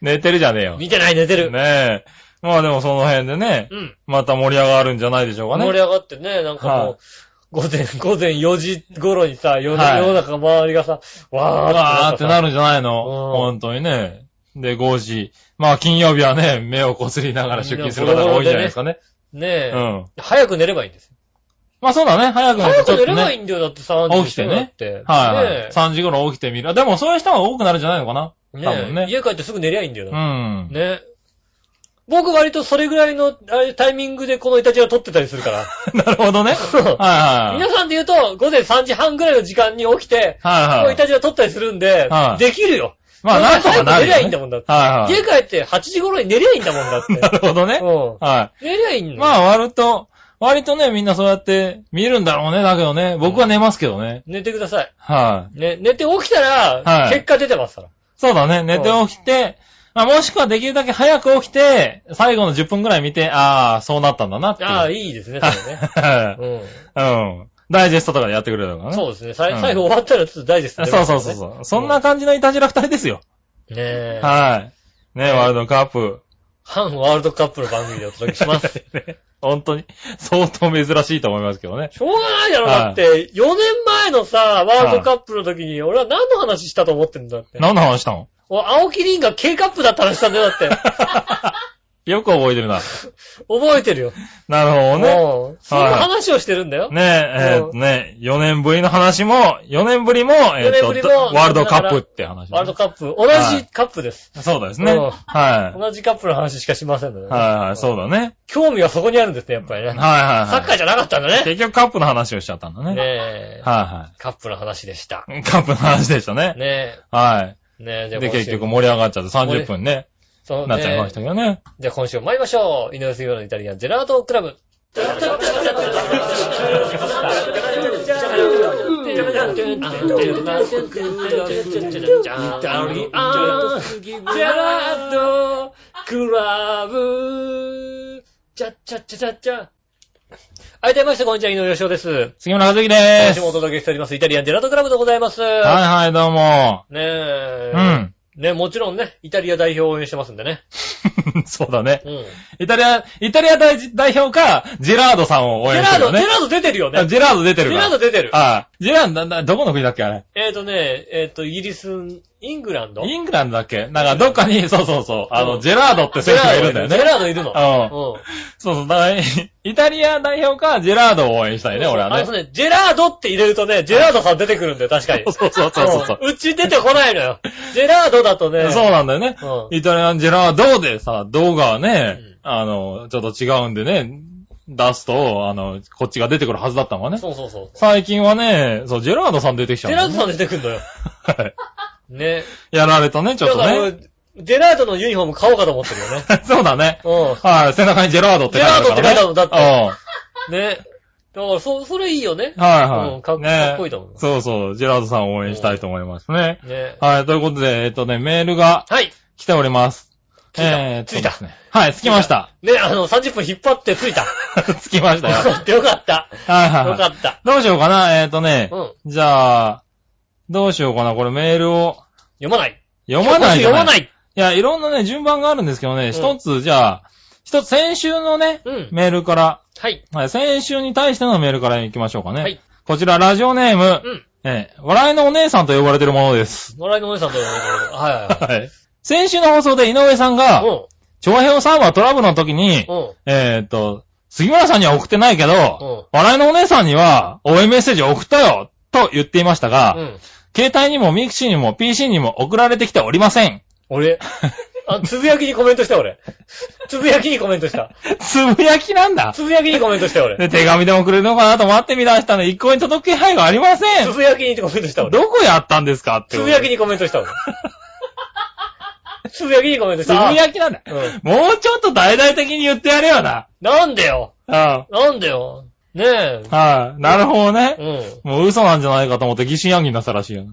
寝てるじゃねえよ。ね見てない、寝てる。え。まあでもその辺でね、うん。また盛り上がるんじゃないでしょうかね。盛り上がってね、なんかもはう、午前、午前4時頃にさ、世のはい世の中周りがさ、わわーーってなる。るんじゃないのうん本当にね。で、5時。まあ金曜日はね、目をこすりながら出勤する方が多いんじゃないですかね。ねえ、うん。早く寝ればいいんですよ。まあそうだね。早く寝早てくちょ寝っとればいね。いんだよ、だって3時起きてねだって。はいはいね。 3時頃起きてみる。あでもそういう人が多くなるんじゃないのかなえ多分ねえね。家帰ってすぐ寝りゃいいんだよ。うだっんて。ねえ僕割とそれぐらいのあれタイミングでこのイタチラ撮ってたりする から。なる ほどね。はいはい。皆さんで言うと、午前3時半ぐらいの時間に起きて、はいこはういい。たじら撮ったりするんでは、いできるよ。まあ、なんとかなるよ、ね。早く寝りゃいいんだもんだってはいは家帰って8時頃に寝りゃいいんだもんだっい。なるほど ね。て。はうん。寝りゃいいんい。だ。まあ、割と、割とね、みんなそうやって見るんだろうね。だけどね、僕は寝ますけどね。寝てください。はい。ね、寝て起きたらは、い結果出てますから。そうだね、寝て起きて、まあ、もしくはできるだけ早く起きて、最後の10分ぐらい見て、ああ、そうなったんだなっていう。ああ、いいですね、そ れね。はういうん。ダイジェストとかでやってくれるのかん。な。そうですね。さういん最後終わったらちょっとダイジェスト出そまうすかそらうねそうそう。そんな感じのいたじら二人ですよ。ねえ。はい。ね、ワールドカップ。反ワールドカップの番組でお届けします。 本当に、相当珍しいと思いますけどね。しょうがないだろ、はいだって。4年前のさ、ワールドカップの時に、俺は何の話したと思ってんだって。何の話したの お、青木凛が K カップだったらしたんだよ、だって。よく覚えてるな。覚えてるよ。なるほどね。もう、そんな話をしてるんだよ。ねえ、えーっとね、4年ぶりの話も、4年ぶりも、えーっと、四年ぶりのワールドカップって話、ワールドカップ、同じカップです。そうですね。うんはい。同じカップの話しかしませんのでね。はいはい、そうだね。興味はそこにあるんですね、やっぱりはいね。はいサはい。ッカーじゃなかったんだね。結局カップの話をしちゃったんだね。ねえ。はカップの話でしたい。はい。カップの話でしたね。ねはえ。ねえ、い。じゃあで、今週結局、盛り上がっちゃって30分ね、そうなっちゃいましたね。けどね。じゃあ今週も参りましょう。井上杉村のイタリアンジェラートクラブ。イタリアンジェラートクラブ。チャッチャッチャチャッチャ。はい、どうもみなさんこんにちは、井上洋です。杉村和樹今で週す。もおはい届けしております、イタリアンジェラートクラブでございます。ははい、どうも。い。ねえ。うん。ね、もちろんね、イタリア代表を応援してますんでね。 そうだね。うん。イタリア、イタリア代代表か、ジェラードさんをジ応ェ援ラすーるド、よジね。ェラード出てるよあね。ジェラード出てジェるか。ラード出てる。ああジェラード、な、な、どこの国だっけあれ。えっ、とね、えっ、と、イギリス、イングランドイングランドだっけなんかどっかに、そうそうそう、あうんの、ジェラードってジ選ェ手ラがーいドるいんだよジェね。ラードいるの。うんうん。そうそう、だから、イタリア代表か、ジェラードを応援したいね、俺はあねの。ね、ジェラードって入れるとね、ジェラードさん出てくるんだよ、確かに。そうそうそうそうそう。うんうち出てこないのよ。ジェラードだとね。 そうなんだよね。うイタリアンジェラードでさ、動画はねうん、あの、ちょっと違うんでね、出すと、あの、こっちが出てくるはずだったのがん。ね。そうそうそう。最近はね、そう、ジェラードさん出てきちジゃェうラーのドね。さん出てくるのよ。はいね。やられたね、ちょっとだからね。ジェラードのユニフォーム買おうかと思ってるよね。 そうだね。うん。はい、背中にジェラードって書いてあるからね。ジェラードって書いてあるうんね。だから、そ、それいいよね。はいはうんい。かっねかっこいいと思うそうそう、ジェラードさんを応援したいと思いますね。ね。はい、ということで、えっとね、メールがはい。来ております。着いたえーっと着いたですねはい、着きました。ね、あの、30分引っ張って着いた。 よ着きましたよ。かった、よかった。はいはいよはかい。った。どうしようかな、えっとねう、ん。じゃあ、どうしようかな、これメールを読まない。読まないじゃ。読まないい。いや、いろんなね、順番があるんですけどね、一つ、じゃあ、一つ、先週のね、うん。メールから、はい。はい、先週に対してのメールから行きましょうかね。はい。こちら、ラジオネーム、うん。えー笑いのお姉さんと呼ばれてるものです。笑いのお姉さんと呼ばれてる。はいはいはい。はい。 先週の放送で井上さんが、う長平さんはトラブルの時に、ん。うん。えーっと、杉村さんには送ってないけんど、笑いのお姉さんには応援メッセージを送ったよと言っていましたうが、ん。携帯にもミクシーにも PC にも送られてきておりません。 俺、あ、つぶやきにコメントした俺。つぶやきにコメントした。つぶやきなんだ。つぶやきにコメントした俺。で手紙でも送れるのかなと待ってみ出したの一向に届く気配がありませつん。ぶやきにコメントした俺。どこやったんですかって。つぶやきき。にコメントした俺。つぶやきにコメントしつぶた。やきなんだ。うんもうちょっと大々的に言ってやれよな。なんでよ。うん。はなんでよ。ねえい。。なるほどね。うん。もう嘘なんじゃないかと思って疑心暗鬼になったらしいよ。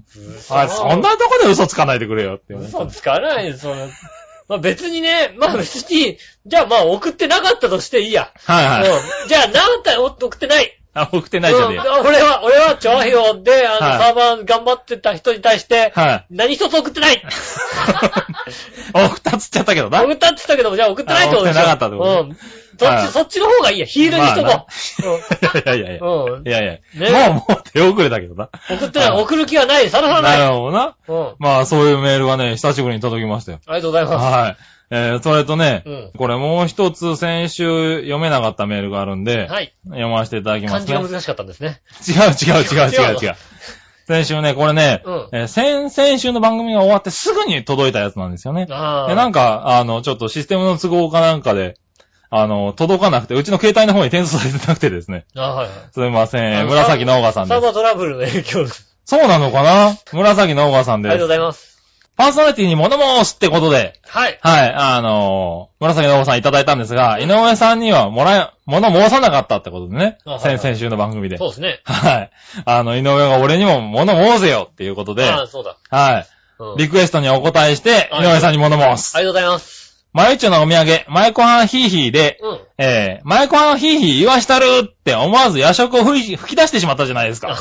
あ、そんなとこで嘘つかないでくれよって言われた。嘘つかないよ、その。まあ別にね、まあ別に、じゃあまあ送ってなかったとしていいや。はいはい。うんじゃあ何回送ってない。あ、送ってないじゃねえうんよ。俺は、俺は長票で、あの、はいサーバー頑張ってた人に対して、はい。 何一つ送ってない送ったっつっちゃったけどな。送ったって言ったけども、じゃあ送ってないってことでしょあ送ってなかったってことうん。そっはち、いそっちの方がいいや。ヒールにしとまあこいやいやいや。う。うん。うんいやいねや。もうもう手遅れだけどな。送ってない。はい送る気はない。さらさらない。なるほどな。うん。あまあそういうメールがね、久しぶりに届きましたよ。りがとうございます。はい。えー、それとねうん、これもう一つ先週読めなかったメールがあるんで、はい。読ませていただきま漢す字ね。違がう難しかったんですね。違う違う違う違違うう。先週ね、これねうん、えー先先週の番組が終わってすぐに届いたやつなんですよね。ああ。え、なんか、あの、ちょっとシステムの都合かなんかで、あの、届かなくて、うちの携帯の方に転送されてなくてですね。ああ、はいはい。すいません。あえの紫のオーガさんサーでバす。ートラブルの影響です。そうなのかな紫のオーガさんありがとうごです。ざいます。パーソナリティに物申すってことで、はい。はい、あの、紫のオーガさんいただいたんですが、井上さんにはもらえ、物申さなかったってことでねあはい。はい先々週の番組でそ。うですね。はい。あの、井上が俺にも物申せよっていうことで、ああ、そうだ。はい。うんリクエストにお答えして、は井い上さんに物申すあ。りがとうございます。マユッチョのお土産、マイコハンヒーヒーで、うん。えー、マイコハンヒーヒー言わしたるって思わず夜食を吹き吹き出してしまったじゃないですか。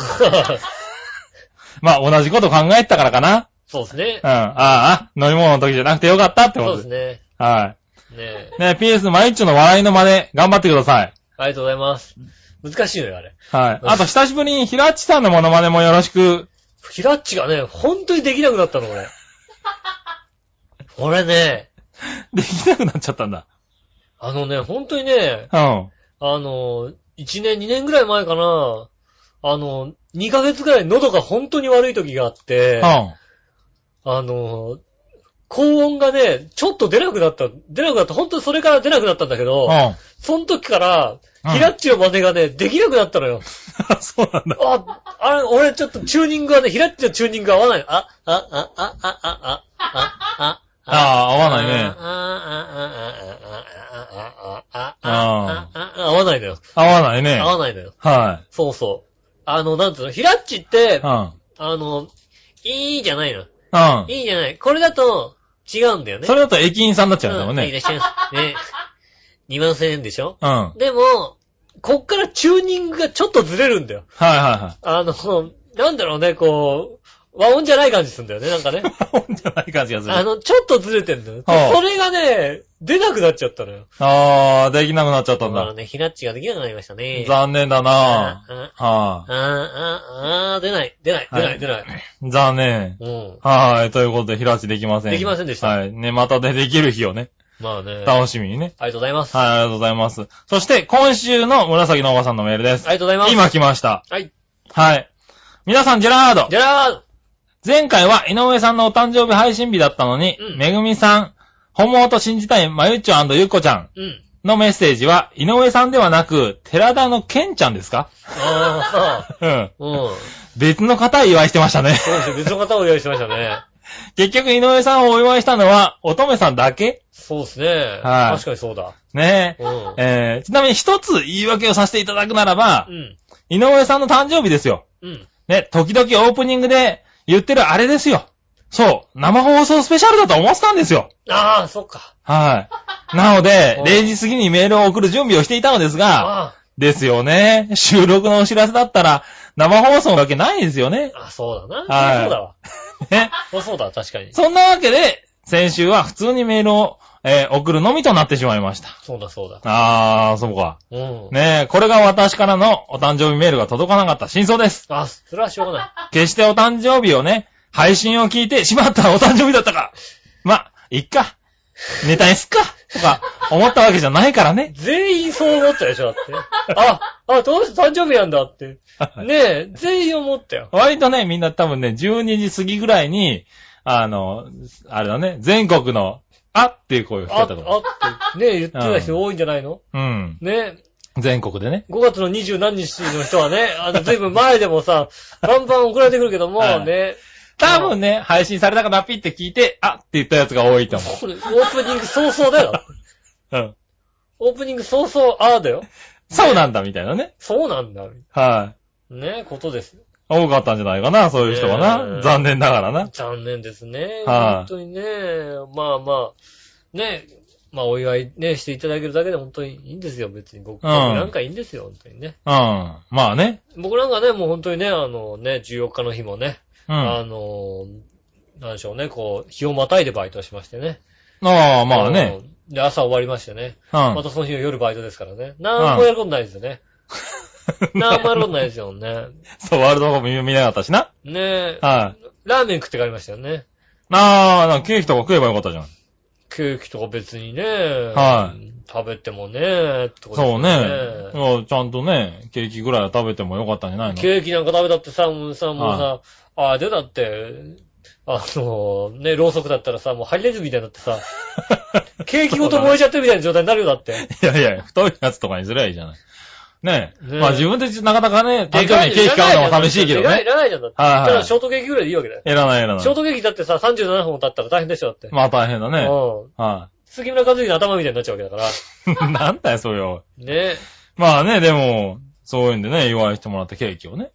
まあ、同じこと考えてたからかな。 そうですねうん。。ああ、飲み物の時じゃなくてよかったってこそうでとですす。ね。はねえ。い。ね、PS マユッチョの笑いの真似、頑張ってください。ありがとうございます。難しいのよ、あれ。はい。あと、久しぶりに平ラッチさんのモノマネもよろしく。ヒラッチがね、本当にできなくなったの、俺。俺ね、できなくなっちゃったんだ。あのね、本当にね、うん。あの、1年、2年ぐらい前かな、あの、2ヶ月ぐらい喉が本当に悪い時があって、うん。あの、高音がね、ちょっと出なくなった、出なくなった、本当にそれから出なくなったんだけど、うん。 その時から、うんヒラッチの真似がね、できなくなったのよ。そうなんだ。あ、あれ、俺ちょっとチューニングがね、ヒラッチのチューニングが合わない。あ、あ、あ、あ、あ、あ、あ、あ、あ、ああ、合合わないね。合わないのよ。合わないね合。わないのよ。はそうそう。あの、なんつうの、ヒラッチってい。う、ん。あの、いいじゃないの。ういいじゃない。これだと、違うんだよん。ね。それだと駅員さんになっちゃうんだもうんん、いらね。っしゃいます。ね。2万千円でしょうん。はいでも、こっからチューニングがちょっとずれるんだよ。はあの、なんだろうね、こう、和音じゃない感じするんだよね、なんかね い。はい。ほんじゃない感じがする。ああの、ちょっとずれてんだよ。はあそれがね、出なくなっちゃったのよ。あー、できなくなっちゃったんだからだ。ね、ひなっちができなくなりましたね。残念だあなあ、はああ、ああ、出ない、出ない、出な、はいい出ない。い。残念。うん。はい。ということで、ひらちできません。できませんでしたはい。ね、またでできる日をね、まあね。あり楽しみにね。がとうございます。はい、ありがとうございます。そして、今週の紫のおばさんのメールです。ありがとうございます。。今来ました。はい。はい。皆さん、ジェラードじゃあ、前回は井上さんのお誕生日配信日だったのに、うんめぐみさん、本物と信じたいまゆっちょゆっこちゃんうん。のメッセージは、井上さんではなく、寺田のけんちゃんですかああ、うん。うん。そう別の方祝いしてましたね。ですね、別の方を用意しましたね。結局井上さんをお祝いしたのは、乙女さんだけそうですね。はい確かにそうだ。ねえ。うん。えー、ちなみに一つ言い訳をさせていただくならばう、ん。井上さんの誕生日ですよ。うん。ね、時々オープニングで言ってるあれですよ。そう、生放送スペシャルだと思ってたんですよ。ああ、そっか。はい。なのでう、ん0時過ぎにメールを送る準備をしていたのですが、あですよね。収録のお知らせだったら、生放送のわけないですよね。あ、あそうだな。はいそうだわ。ね。そうそうだ、確かに。そんなわけで、先週は普通にメールを、えー送るのみとなってしまいました。そうだ、そうだ。あー、そうか。うん。ねえ、これが私からのお誕生日メールが届かなかった真相です。あ、それはしょうがな決してお誕生日をね、配信を聞いてしまったお誕生日だったか。ま、いっか。ネタにすっか。とか、思ったわけじゃないからねい。。全員そう思ったでしょ、だって。あ、あ、どうして誕生日なんだって。ねえ、全員思ったよ。割とね、みんな多分ね、12時過ぎぐらいに、あの、あれだね、全国の、あっていう声を聞あ、けたと思う。あって、ねえ、言ってた人多いんじゃないのうん。ねえ、全国でね。 5月の二十何日の人はね、あの、ずいぶん前でも さ、バンバン送られてくるけども、はいね、多分ね、配信されたかな、ピって聞いて、あって言ったやつが多いと思これ、オープニング早々だよ。う。うん。オープニング早々、ああだよ。そうなんだ、みたいなね。そうなんだ。はい。ね、ことです。多かったんじゃないかな、そういう人がええな。残念ながらな。残念ですね。は本い当にね。まあまあ、ね、まあお祝いね、していただけるだけで本当にいいんですよ、別に。僕僕うんなんかいいんですよ、本当にね。うん。まあね。僕なんかね、もう本当にね、あのね、14日の日もね、うん。ああの、なんでしょうね、こう、日をまたいでバイトしましてね。あ、まあね。の。で、朝終わりましてね。うまん。たその日の夜バイトですからね。なんもやることないですよ ね。なんもやることないですよね。そう、ワールドカップ見見なかったしな。ねえ。はい。ラーメン食って帰りましたよね。ああ、なんかケーキとか食えばよかったじゃん。ケーキとか別にね。は食べてもね、ってことですそようね。いやちゃんとね、ケーキぐらいは食べてもよかったんじゃないのケーキなんか食べたってさ、もうさ、もうさ、あでだって、あの、ね、ろうそくだったらさ、もうハリネズミみたいになって さ、ケーキごと燃えちゃってるみたいな状態になるよ、だって。いやいや、太いやつとかにすりゃいいじゃない。ねえ。ねえまあ自分でなかなかね、誕生日にケーキ買うのも寂しいけどいらない、いね。らないじゃん、だって。はいはいただショートケーキぐらいでいいわけだよ。いらないいらなショーい。トケーキだってさ、37本経ったら大変でしょ、だって。まあ大変だね。うん。は杉村和之の頭みたいになっちゃうわけだから。い。 なんだよ、それを。ね。まあね、でも、そういうんでね、祝いしてもらったケーキをね、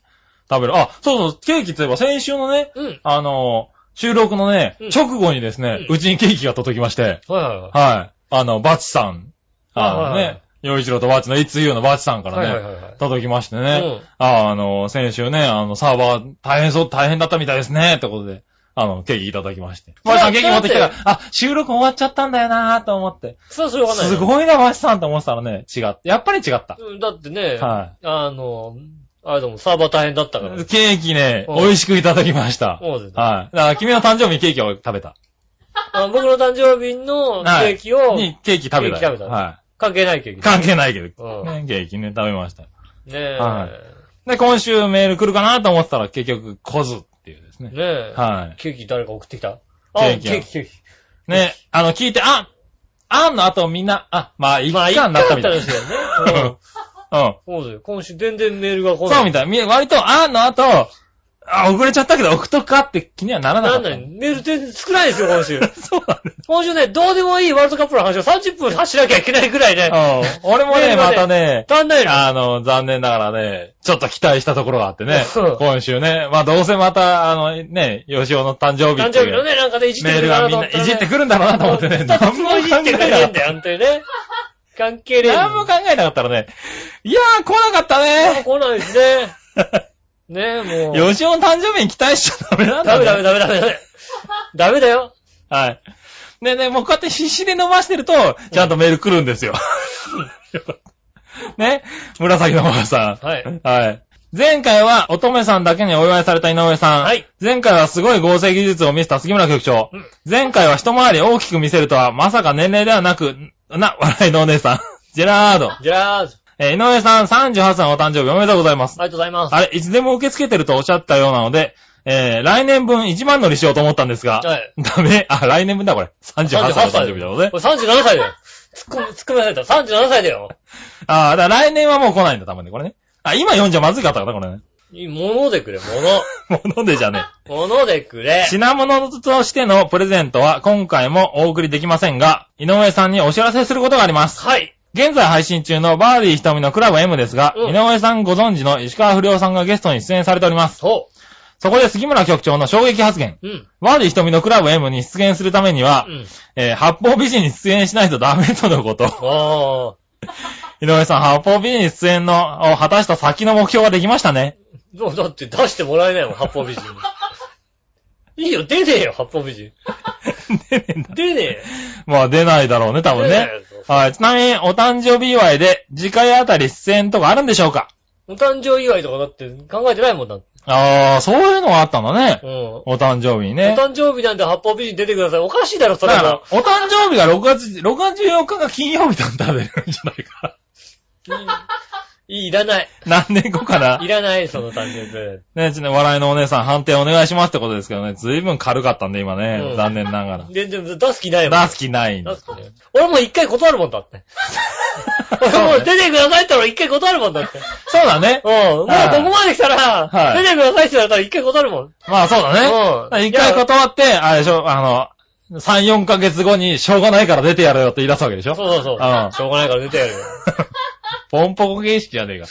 食べる。あ、そうそう、ケーキといえば先週のね、うん。あの、収録のねうん、直後にですね、うんうちにケーキが届きまして、はいはいはい。はい。あの、バチさん、あのはいはいはいね、洋一郎とバチのいつ言うのバチさんかはいはいらはね、いはい。届きましてうね、ん。ああの、先週ね、あの、サーバー大変そう、大変だったみたいですね、ってことで、あの、ケーキいただきまして。まあバシさんケーキ持ってきたかだら、あ、収録終わっちゃったんだよなーと思って。それはしょうがないよ。すごいな、バシさんと思ってたらね、違った。やっぱり違った。うんだってね、はあの、あれでもサーバー大変だったから。い。ケーキね、うん美味しくいただきました。はい。そうですだから君の誕生日にケーキを食べた。あ僕の誕生日のケーキを、に、ケーキ食べケーた。キ食べたは関係ないけど。関係ないけど。うんね、ケーキね、食べました。ねえ。はで、今週メール来るかなと思ってたら結局来ずっていうですね。ねえ。はい。ケーキ誰か送ってきたあ、ケケーーキキ、はケーキ、ケーキ。ね、あの、聞いて、ああんの後みんな、あ、まあ、一まあ、一貫回になったみたいでな。すよね。うんうん。そうですよ。今週全然メールが来ない。そうみたい。み割と、あんの後、あ、遅れちゃったけど、送っとくかって気にはならなかなっんだた。よ。メール全然少ないですよ、今週。 そうなんだよ。今週ね、どうでもいいワールドカップの話を30分走らなきゃいけないぐらいね。うん俺もメーね、ルがまねたね、足んないな。あの、残念ながらね、ちょっと期待したところがあってねうん、今週ね、まあどうせまた、あのね、吉尾の誕生日誕ってい生日うのね、なんかね、いじってメーくるルかながみとん思なったら、ね。いじってくるんだろうなと思っ てね、何もいじってくれねえん考えなかっだたよ、あんたにね。関係ねえんだ何も考えなかったらね、いやー、来なかったなんもね来ないですね。ねえ、もう。吉尾の誕生日に期待しちゃダメなんダだね。メダメダメダメダメ。ダメだよ。 はい。でね、もうこうやって必死で伸ばしてると、ちゃんとメール来るんですよ。 ね。紫のおばさん。はい。はい。前回は乙女さんだけにお祝いされた井上さん。はい。前回はすごい合成技術を見せた杉村局長。うん前回は一回り大きく見せるとは、まさか年齢ではなく、な、笑いのお姉さん。 ジェラード。じゃあ、ありえー井上さん38歳のお誕生日おめでとうございます。がとうございます。あれ、いつでも受け付けてるとおっしゃったようなので、えー、来年分1万乗りしようと思ったんですが、はいダメ。あ、来年分だ、これ。38歳の誕生日だもんね。これ37歳だよ。突っ込み、突っ込みなさいと。37歳だよ。あーだから来年はもう来ないんだ、多分ね、これね。あ、今読んじゃまずいかったかな、これね。 いい物でくれ、物。もう飲んでじゃねえ。物でく れ。品物としてのプレゼントは今回もお送りできませんが、井上さんにお知らせすることがあります。はい。現在配信中のバーディー瞳のクラブ M ですが、うん井上さんご存知の石川不良さんがゲストに出演されております。そそこで杉村局長の衝撃発言。う。うん。バーディー瞳のクラブ M に出現するためにはう、ん。えー八方美人に出演しないとダメとのこと。ああ。井上さん、八方美人に出演の、を果たした先の目標ができましたね。 どうだって出してもらえないもん、八方美人。いいよ、出ねえよ、八方美人。出ねえんだ出ねえよ。まあ出ないだろうね、多分出ないね。はい。ちなみに、お誕生日祝いで、次回あたり出演とかあるんでしょうかお誕生祝いとかだって考えてないもんだって。ああ、そういうのがあったんだね。うん。おお誕生日にね。誕生日なんで八方美人出てください。おかしいだろ、そだれからは。、お誕生日が6月、6月14日が金曜日だった ら食べるんじゃないか。い い、いらない。。何年後かないらない、その誕生日。ね、ちょっと笑いのお姉さん判定お願いしますってことですけどね。ずいぶん軽かったんで、今うね。ん残念ながら。 全然出す気ないもん。出す気ないん出です気ない。俺もう一回断るもんだ って。俺もう出てくださいって言ったら一回断るもんだって。そうだねう。ん。もうここはいまで来たら、はい出てくださいって言われたら一回断るもん。まあそうだね。だからうん。一回断って、あれでしょ、あの、3、4ヶ月後にしょうがないから出てやれよって言い出すわけでしそょうそうそう。うんしょうがないから出てやる よ。ポンポコ形式じゃねえか。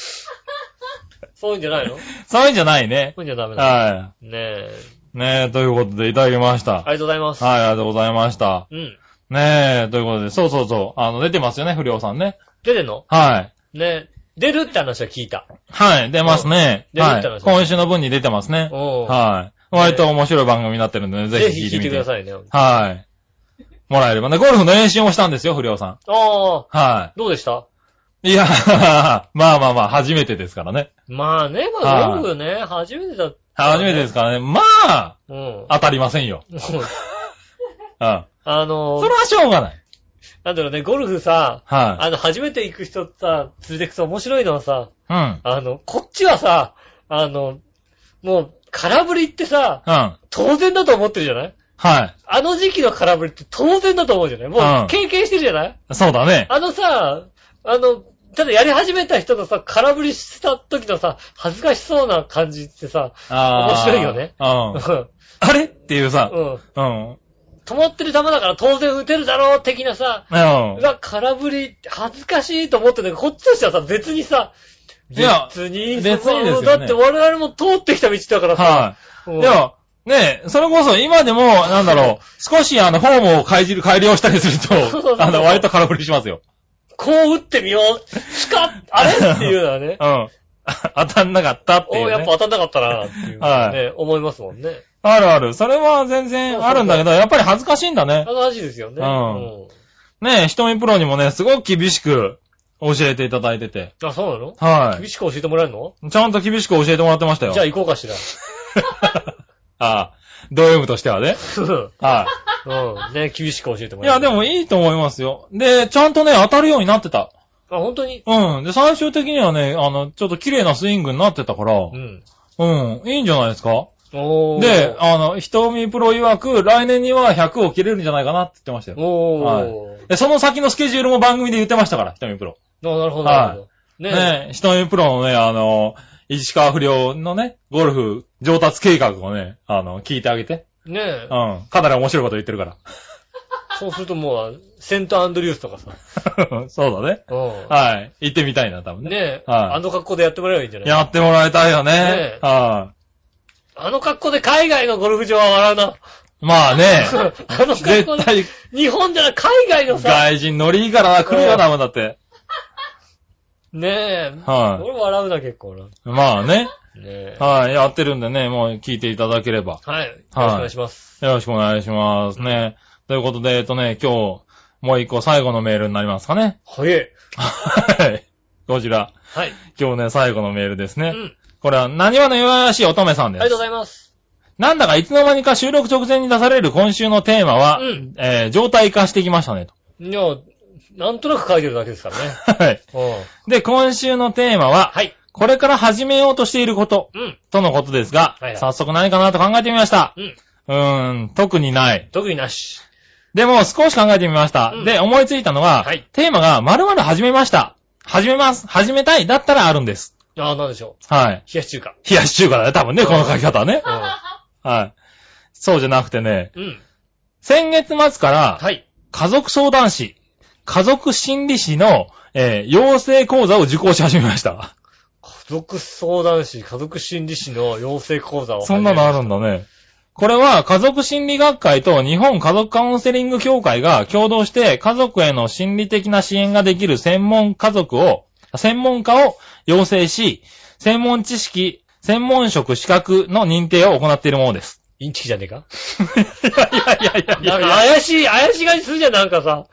そういうんじゃないのそそういうんじゃないね。ういうんじゃダメだ。はねえ。い。ねえ、ということでいただきました。ありがとうございます。はい、ありがとうございました。うん。ねえ、ということで、そうそうそう。あの、出てますよね、不良さんね。出てんのはい。ねえ。出るって話は聞いた。はい、出ますね。うん出るはってい。話今週の分に出てますね。おうはい。割と面白い番組になってるんでね、ぜぜひひ聞聞いいてくてみてだ。さいね。あはい。もらえればね、ゴルフの練習もしたんですよ、不良さん。あ。はどうでしたい。いや、 まあまあまあ、初めてですからね。まあね、まあゴルフね、初めてだった。初めてですかからね。まあ、うん。当たりませんよ。そううん。あそのれ、はしょうがない。なんだろうね、ゴルフさ、はあの、初めて行く人さ、連れてくと面白いのはさ、い。うん。あの、こっちはさ、あの、もう、空振りってさ、うん。当然だと思ってるじゃないはあの時期の空振りって当然だと思うじゃないもうんう、経験してるじゃないい。そうだね。あのさ、あの、ただやり始めた人のさ、空振りした時のさ、恥ずかしそうな感じってさ、あー面白いよね。うん。うあれっていうさ、 ん。うんうん。うん。止まってる球だから当然打てるだろう的なさ、うわ、空振り、恥ずかしいと思ってんだけど、こっちとしてはさ、別にさ、いや別に、別にですよねそうだって我々も通ってきた道だからさ、はうんい。でも、ねえ、それこそ今でも、なんだろう、少しあの、フォームを改じる改良したりすそうるそうと、あの、割と空振りしますよ。こう打ってみよう、し かっ、あれっていうのはねう、ん。 当たんなかったっていおう、やっねぱ。当たんなかったな、っていう、ね、は思いますもんね。あるある。それは全然あるんだけど、やっぱり恥ずかしいんだね。恥ずかしいですよね。うんねえ、瞳プロにもね、すごく厳しく教えていただいてて。うんあ、そうなのは厳しく教えてもらえるのい。ちゃんと厳しく教えてもらってましたよ。じゃあ行こうかしら。 ああ。ド M としてはね。うんはうん。ね、厳しく教えてい。もいらや、でも。もいいと思いますよ。で、ちゃんとね、当たるようになってた。あ、本当にうん。で、最終的にはね、あの、ちょっと綺麗なスイングになってたから、うん。うん、いいんじゃないですかおー。で、あの、瞳プロ曰く、来年には100を切れるんじゃないかなって言ってましたよ。おー。はで、その先のスケジュールも番組で言ってましたから、瞳プロ。あなるほど、はいなるほど。ねね、瞳プロのね、あの、石川不良のね、ゴルフ上達計画をね、あの、聞いてあげて。ねえ。うん。かなり面白いこと言ってるかそうするともう、セントアンドリュースとかさ。ら。 そうだね。うはい。行ってみたいな、多分ん。ね。ねえ。はいあの格好でやってもらえばいいんじゃないやってもらいたいよねね。はあの格好で海外のゴルフ場は笑うな。い。まあね。あの格好絶で。対、日本じゃない、海外のさ。外人乗りいいからな、来るよ、多分だって。ねえ。は俺笑うな、結構な。ねい。まあね。え。はい、やってるんでね、もう聞いていただければ。はい。よろしくお願いします。よろしくお願いしますね。ということで、えっとね、今日、もう一個最後のメールになりますかね。 はい。はい。こちら。はい。今日ね、最後のメールですうね。ん。これは、何話の弱々しい乙女さんありですがとうご。ざいます。なんだかいつの間にか収録直前に出される今週のテーマは、うんえー状態化してきましたね、と。いや、なんとなく書いてるだけですからね。はい。うん。で、今週のテーマは、はい。これから始めようとしていること、うん。とのことですが、はいはい早速何かなと考えてみました。うん。うーん、特にない。特になし。でも、少し考えてみました。うんで、思いついたのは、はいテーマが、〇〇始めました。始めます。始めたい。だったらあるんです。ああ、なんでしょはい。う。冷やし中華。冷やし中華だね、多分ね、この書き方はね。うはい。そうじゃなくてね、ん。うん。先月末から、はい。家族相談士、家族心理士の、えー養成講座を受講し始めました。家族相談士、家族心理士の養成講座を。そんなのあるんだね。これは家族心理学会と日本家族カウンセリング協会が共同して家族への心理的な支援ができる専門家族を、専門家を養成し、専門知識、専門職資格の認定を行っているもの です。インチキじゃねえ かいやいやいなんか怪しい、怪しがりするじゃん、なんかさ。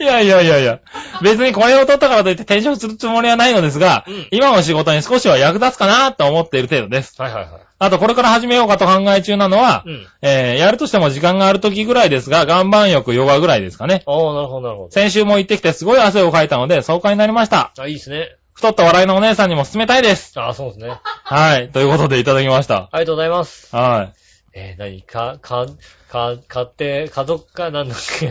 いやいやいやいや。別にこれを取ったからといって転職するつもりはないのですが、うん今の仕事に少しは役立つかなと思っている程度です。はいはいはい。あとこれから始めようかと考え中なのは、うん。えー、やるとしても時間がある時ぐらいですが、岩盤浴、ヨガぐらいですかね。ああ、なるほど、なるほ先週も行ってきてすごい汗をかいたので、爽快になりました。ど。あ、いいですね。太った笑いのお姉さんにも勧めたいです。ああ、そうですね。あはい。ということでいただきました。りがとうございます。はい。 えー、何か、か、か、買って、家族か、 なんだっけ。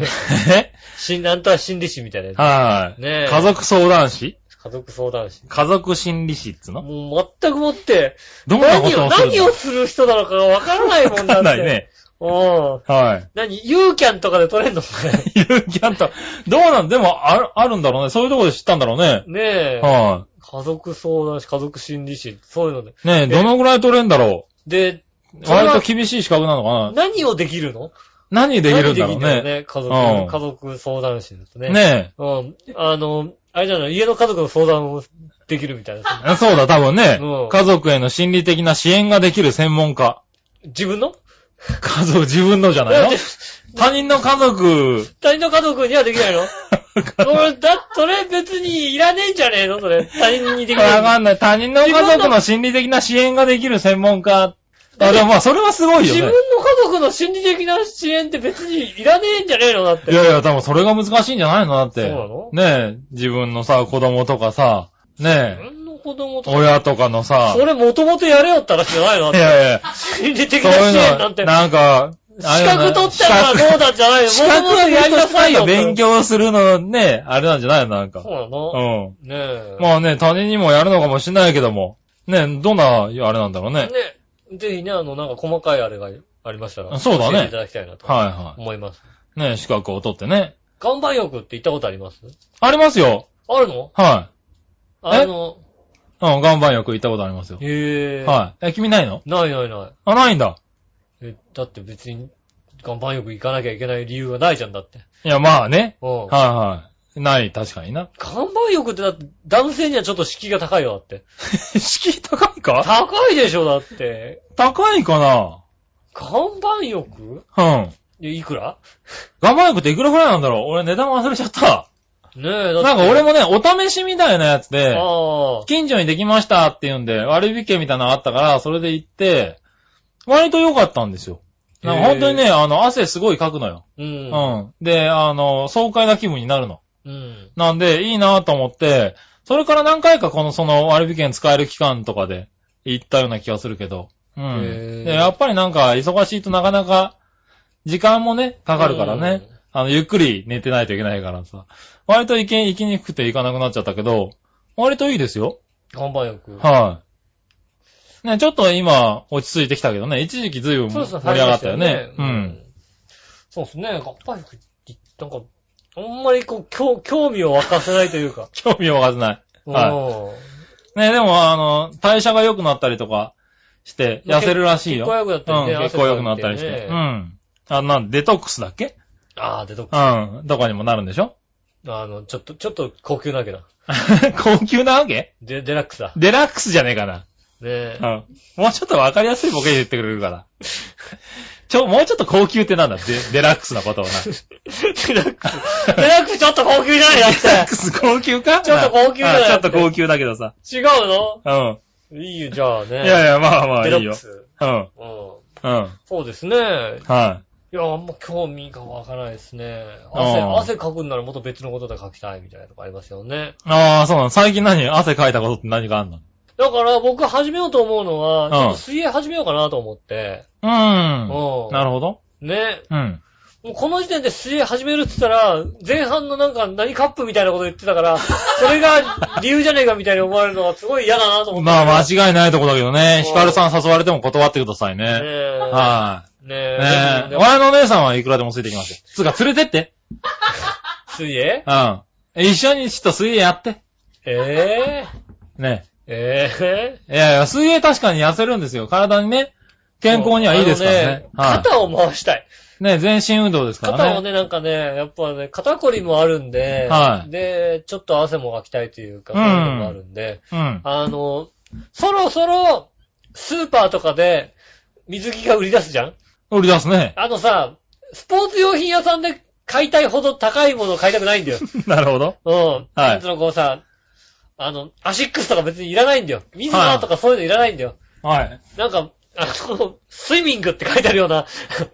えし、なんとは心理師みたいなやはい。ねえ家族相談師つ。家族相談師。家族心理師っつのもう全くもって、どんなこ何とを、をする何をする人なのかがわからないもんだわって。かんないね。うん。はい。何ユーキャンとかで取れんのこれ。 ゆるキャンと、どうなんでも、ある、あるんだろうね。そういうとこで知ったんだろうね。ねえ。は家族相談師、家族心理師、そういうので。い。ねえ、どのぐらい取れんだろで、う。それ割はと厳しい資格なのかな。何をできるの何できるんだろう何できるんね。だうろうねん家族、家族相談師ですね。ねうん。あの、あれじゃない、家の家族の相談をできるみたいな。え。そうだ、多分ねうん。家族への心理的な支援ができる専門家。自分の家族、自分のじゃないのいや他人の家族、他人の家族にはできない の俺、だ、それ別にいらねえんじゃねえのそれ。他人にでき なわい。かんない。他人の家族の心理的な支援ができる専門家。あ、でもまあ、それはすごい自よ分のね。家族の心理的な支援って別にいらねえんじゃねえのだっいて。やいや、多分それが難しいんじゃないのだって。そうねえ、自分のさ、子供とかさ、ねえ自、分の子供と、親とかのさ、それもともとやれよったらしじゃないのいやいや、心理的そなう支いう援のなんて。なんか、あ資れだな格取ったらどうだんじゃないの資もと格もとやりなさいよ。勉強するのね、あれなんじゃないのなんかそう。なうのん。ねえ。まあね、他人にもやるのかもしれないけども、ね、どんな、あれなんだろうね。ね、ぜひね、あの、なんか細かいあれがありましたら、そうだね教えていただきたいなとは思います。いはい。ね、資格を取ってね。岩盤浴って行ったことありますありますよ。あるのはあの、い。うん、岩盤浴行ったことありますよ。へえ。はい。え、君ないのい。ないないない。あ、ないんだ。え、だって別に、岩盤浴行かなきゃいけない理由がないじゃんだって。いや、まあね。うん。はいはい。ない、確かにな。岩盤浴ってだって、男性にはちょっと敷居が高いよ、だって。 敷居高いか高いでしょ、だって。高いか岩盤浴なうん。いいくら岩盤浴っていくらぐらいなんだろう俺値段忘れちゃった。ねえ、だって。なんか俺もね、お試しみたいなやつで、ああ。近所にできましたって言うんで、割引券みたいなのあったから、それで行って、割と良かったんですよ。なんか本当にね、あの、汗すごいかくのよ。う。うんん。で、あの、爽快な気分になるの。うん。なんで、いいなと思って、それから何回かこのその割引券使える期間とかで行ったような気がするけど。うへん。ーで、やっぱりなんか忙しいとなかなか時間もね、かかるからね。うんあの、ゆっくり寝てないといけないからさ。割と行け、行きにくくて行かなくなっちゃったけど、割といいですよ。看板欲。はい。ね、ちょっと今落ち着いてきたけどね、一時期随分そう盛ですね、り上がったよ入りまねし。うたよん。。そうですね、合杯服って、なんか、あんまりこう、興興味を湧かせないというか。興味を湧かせない。 はうん。いね、でもあの、代謝が良くなったりとかして、まあ痩せるらしい結よ。構良くなったりね。うん、結構良くなったりして。うあん。あ、なん、デトックスだっけあー、で、どっか、うん。とかにもなるんでしょ あの、ちょっと、ちょっと高級なわけだ。高級なわけで、デラックスだ。デラックスじゃねえかな。ねえ。うん。もうちょっとわかりやすいボケで言ってくれるから。ちょ、もうちょっと高級ってなんだデデラックスなことを デな。ラックス。デラックスちょっと高級じゃないだっデラックス高級 かちょっと高級だうよんちょっと高級だけどさ。て。違ううん。のいいよ、じゃあね。いやいや、まあまあデラいいッよク。ス。うん。うん。うん。そうですね。はいや、あんま興味が湧かないですね。汗、うん汗かくんならもっと別のことで書きたいみたいなとこありますよね。い。ああ、そうなの。最近何汗かいたことって何があんのだから僕始めようと思うのは、んちょっと水泳始めようかなと思って。う。うんなるほど。ね。うん。もうこの時点で水泳始めるって言ったら、前半のなんか何カップみたいなこと言ってた から、それが理由じゃねえかみたいに思われるのがすごい嫌だなと思って。まあ、間違いないとこだけどね。うんヒカルさん誘われても断ってくださいねね。え。はねえ。い。ねえ。でも俺のお姉さんはいくらでもついてきますよ。つうか、連れてって。水泳うん。一緒にちょっと水泳やって。ええねえええ。いやいや、水泳確かに痩せるんですよ。体にね、健康にはいいですからね。あのは肩を回したい。い。ね全身運動ですからね。肩もね、なんかね、やっぱね、肩こりもあるんで、はいで、ちょっと汗もかきたいというか、うそんういうのもあるんで、うん。あの、そろそろ、スーパーとかで、水着が売り出すじゃん売り出すね。あのさ、スポーツ用品屋さんで買いたいほど高いものを買いたく ないん だよ。なるほど。うん。はいなんつうの、こうさ、あの、アシックスとか別にいらないんだよ。水ナーとかそういうのいらないんだよ。はい。なんか、あの、スイミングって書いてあるような、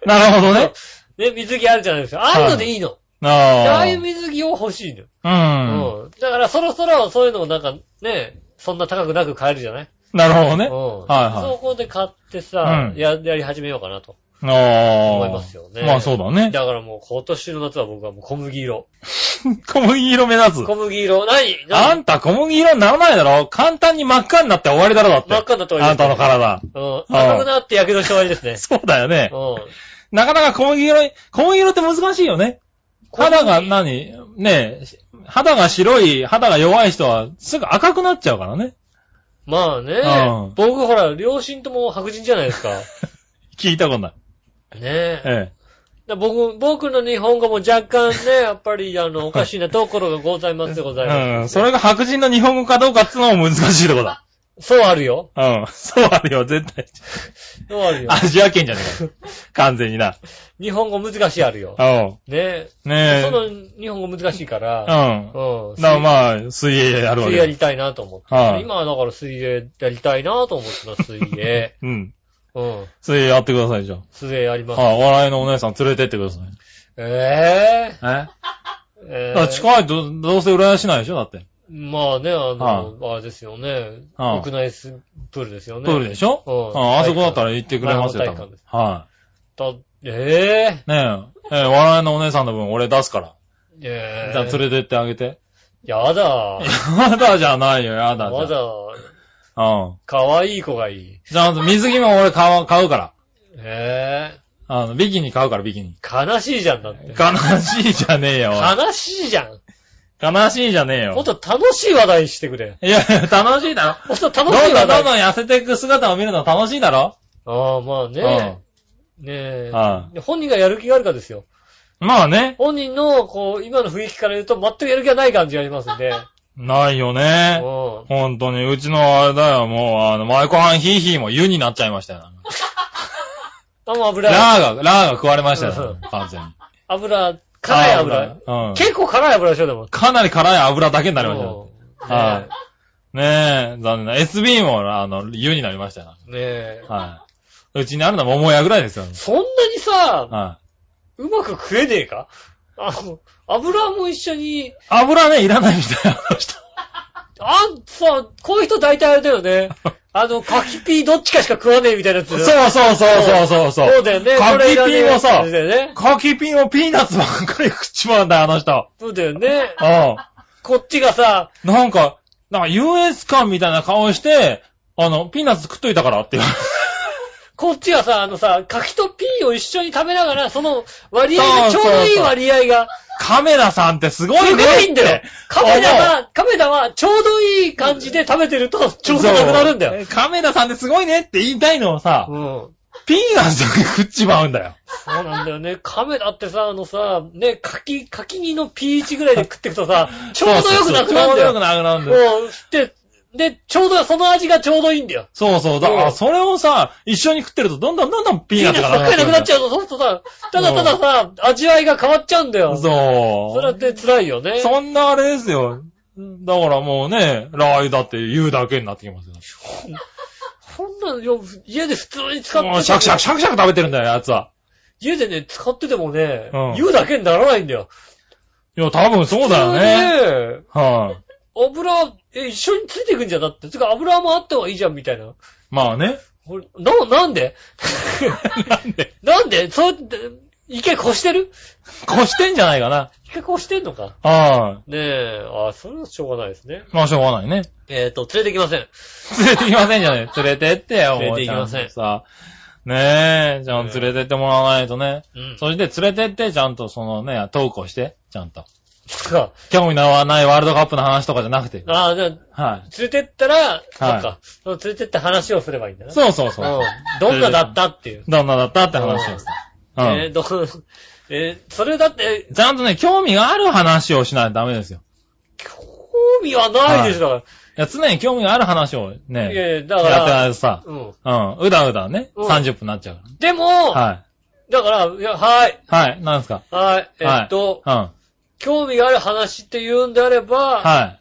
なるほどね。 ね、水着あるじゃないですか。ああいうのでいいの。であああいう水着を欲しいのよ。あ。うん。うん。だからそろそろそういうのをなんかね、そんな高くなく買えるじゃないなるほどうねん。。はいはいそこで買ってさ、うんや、やり始めようかなとああ。思いますよね。まあそうだだね。 からもう今年の夏は僕はもう小麦色。小麦色目指す。小麦色、何あ何んた小麦色にならないだろ簡単に真っ赤になって終わりだろだって。真っ赤になって終わありんですたの体。うん。赤くなって火傷して終わりです ね。そうだよね。うなかなか小麦色に、小麦色って難しいよね。肌が小何ねえ、肌が白い、肌が弱い人はすぐ赤くなっちゃうからね。ん。まあねうん、僕ほら、両親とも白人じゃないです か。聞いたことない。ねえ。えだ僕、僕の日本語も若干ね、やっぱり、あ の、おかしいなところがございますでございえ。まうん。それが白人の日本語かどうかってのも難しいとこだ。す。そうあるよ。うん。そうあるよ、絶対。そうあるよ。アジア圏じゃねえか。完全にな。日本語難しいあるよ。うん。ねねえ。その日本語難しいかうら、ん。うん。だからまあ、水泳やるわ水け泳やだ。りたいなと思って。はい今はだから水泳やりたいなと思ってた、水泳。 うん。うん。水泳やってください、じゃあ。水泳やります。はい、笑いのお姉さん連れてってください。ええええだえから近いと、どうせ浦安市内でしょだって。まあね、あの、あれですよね。はい屋内スプールですよね。プールでしょううんん、あそこだったら行ってくれますよ、前の多体育館分です。はだえい。ねえ、ええ笑いのお姉さんの分俺出すから。えええじゃあ連れてってあげて。やだ。やだじゃないよ、やだじゃ。まだ、うん。かわいい子がいい。じゃあ、水着も俺買う、買うから。ええあの、ビキニ買うから、ビキニ。悲しいじゃんだって。悲しいじゃねえよ、おい悲しいじゃん。悲しいじゃねえもっよ。と楽しい話題にしてくれ。いや、楽しいだろ。もっとどん楽しどいんど話んど題。んあ痩せていく姿を見るのは楽しいだろあ、まあうねん。。ねえ。は本人がやる気があるかですよ。まあね。本人の、こう、今の雰囲気から言うと、全くやる気がない感じがありますん で。ないようね。ん。ほんとに、うちのあれだよ、もう、あの、舞妓はんヒーヒーも湯になっちゃいましたよ。あ、もう油。ラーが、ラーが食われましたうよん、完全に。油、辛い油。うん。結構辛い油でしょ、でも。かなり辛い油だけになりましたよ。うんはいねえ、残念な。SB も、あの、湯になりましたよ。ねえ。ねえ。はうちにあるのは桃屋ぐらいですよ。そんなにさ、はうまく食えねえかあの、油も一緒に、い。油ね、いらないみた いなあの人。あんさ、こういう人大体あれだよ ね。あの、柿ピーどっちかしか食わねえみたいなやつ。そうそうそうそうそうそう。そうだよね。これい柿らねピえンもさそう、だよね。柿ピンをピーナッツばっかり食っちまうんだよ、あの人。そうだよね。うこっちがさ、ん。なんか、なんか US 感みたいな顔して、あの、ピーナッツ食っといたからって言われて。こっちがさ、あのさ、柿とピーを一緒に食べながら、その割合が、ちそょううそうそうどいい割合が、 カメラさんってすごいねすって。ごいんだよ。カメラ思うが、カメラはちょうどいい感じで食べてると、ちょうどなくなるんだよ。よ。カメラさんってすごいねって言いたいのをさう、ん。ピーナッツだけ食っちまうんだよ。そうなんだよね。カメラってさ、あのさ、ね、柿、柿にのピーチぐらいで食ってくと さ、ちょうどよくなくなるんだそうそうそうちょうどよよ。くなくなるんだよ。もう、で、で、ちょうど、その味がちょうどいいんだよ。そうそう。だかうんら、それをさ、一緒に食ってると、どんどんどんどんピピーーナナッッツツがばっかりなくなっちゃゃうと、そうするとさ、ただたださ、味わいが変わっちゃうんだよ。そそう。れって辛いよね。そんなあれですよ。だからもうね、ラー油だって言うだけになってきますよ。そんなのよ、家で普通に使っててもうシャクシャクシャクシャク食べてるんだよ、やつは。家でね、使っててもね、うん言うだけにならないんだよ。いや、多分そうだよね。普通ね。はい、油、え、一緒についていくんじゃなって。つうか油もあった方がいいじゃん、みたいな。まあね。これな、なんでなんで なんでそう、池越してる越してんじゃないかな。池越してんのかはねえ、あ、それはしょうがないですね。い、まあしょうがないね。えっ、と、連れてきません。 連れてきませんじゃねえ。連れてってよ、連もれてう行きませんちゃとさ。ねえ、じゃん連れてってもらわないとね。うん。それで連れてって、ちゃんとそのね、トークをして、ちゃんと。そっか。興味のないワールドカップの話とかじゃなくて。ああ、じゃあ連はい。れてったら、そっか。その連れてった話をすればいいんだな。そうそうそうう。ん。どんなだったっていう。どんなだったって話をする。うん。えー、どう、 えーそれだって、ちゃんとね、興味がある話をしないとダメですよ。興味はないでしょ。いや、常に興味がある話をいやね、いや、だやっかてら、ないとさ、うん。うん、うだうだね、うん30分になっちゃうかでも、ら。はい。だから、いや、はい、はい、なんですかはい、えはいっと、うん。は興味がある話って言うんであれば、い。あ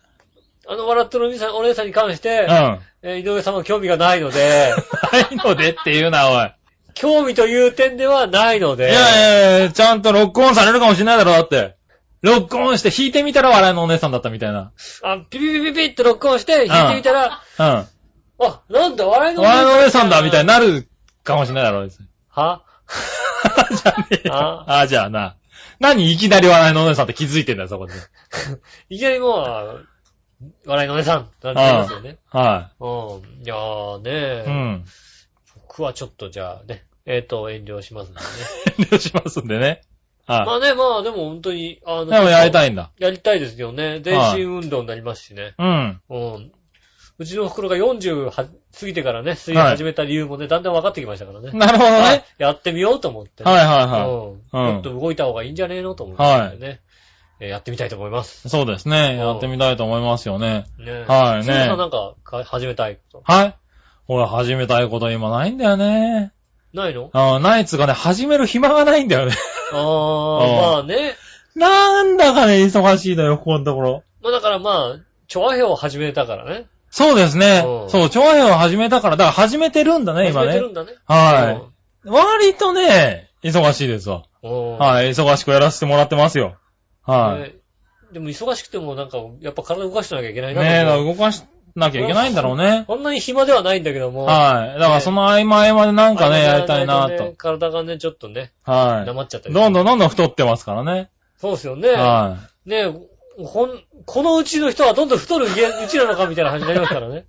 の、笑ってるお姉さんお姉さんに関してうん。、なえー井上さんは興味がないので、 いのでっていうな、おい。興味という点ではないのいで、やいやいや、ちゃんとロックオンされるかもしれないだろ、だって。ロックオンして弾いてみたら笑いのお姉さんだったみたいな。あピピピピピって録音して弾いてみたら、うあ、なんだ、笑いん。の笑いのお姉さんだ、みたいに。なるかもしれないだろ、です。 はじゃねえよ。ああ、じゃあな。何いきなり笑いのお姉さんって気づいてんだよ、そこで。いきなりもうあ、笑いのお姉さん、なんて言いますよね。はうん。いやーねい。ーうん。僕はちょっとじゃあね、えっ、と、遠慮しますんでね。遠慮しますんでね。まはあね、まあでも本当に、あの、い。でもやりい。たいんだ。やりたいですよね。全身運動になりますしね。うん。うん。うちの袋が48過ぎてからね、水泳始めた理由もね、だんだん分かってきましたからね。なるほどね。はいやってみようと思ってね、はいはいはうん。うんもっと動いた方がいいんじゃねえのと思ってね。えーやってみたいと思います。い。そうですね。んやってみたいと思いますよね。ねはいそねういうのなんかか、始めたいこと。はい。俺始めたいこと今ないんだよね。ないのあナイツがね、始める暇がないんだよね。ああ、まあね。 なんだかね、忙しいのよ、ここのところ。まあだからまあ、調和表を始めたからね。そうですねう。んそう、調和編を始めたから、だから始めてるんだね、始今めてねる。んだね。は。い。割とね、忙しいですわ。うん。はい、忙しくやらせてもらってますよ。はい。ねでも忙しくてもなんか、やっぱ体動かしてなきゃいけないな。ねえ、だから僕動かしなきゃいけないんだろうね。そんなに暇ではないんだけども。はい。だからその合間合間でななんかね、やりたいなと。。体がね、ちょっとね、は黙っちゃったい。どんどん。んどんどん太ってますからね。そうですよね。はねほん、このうちの人はどんどん太る家うちなのかみたいな話になりますから ね。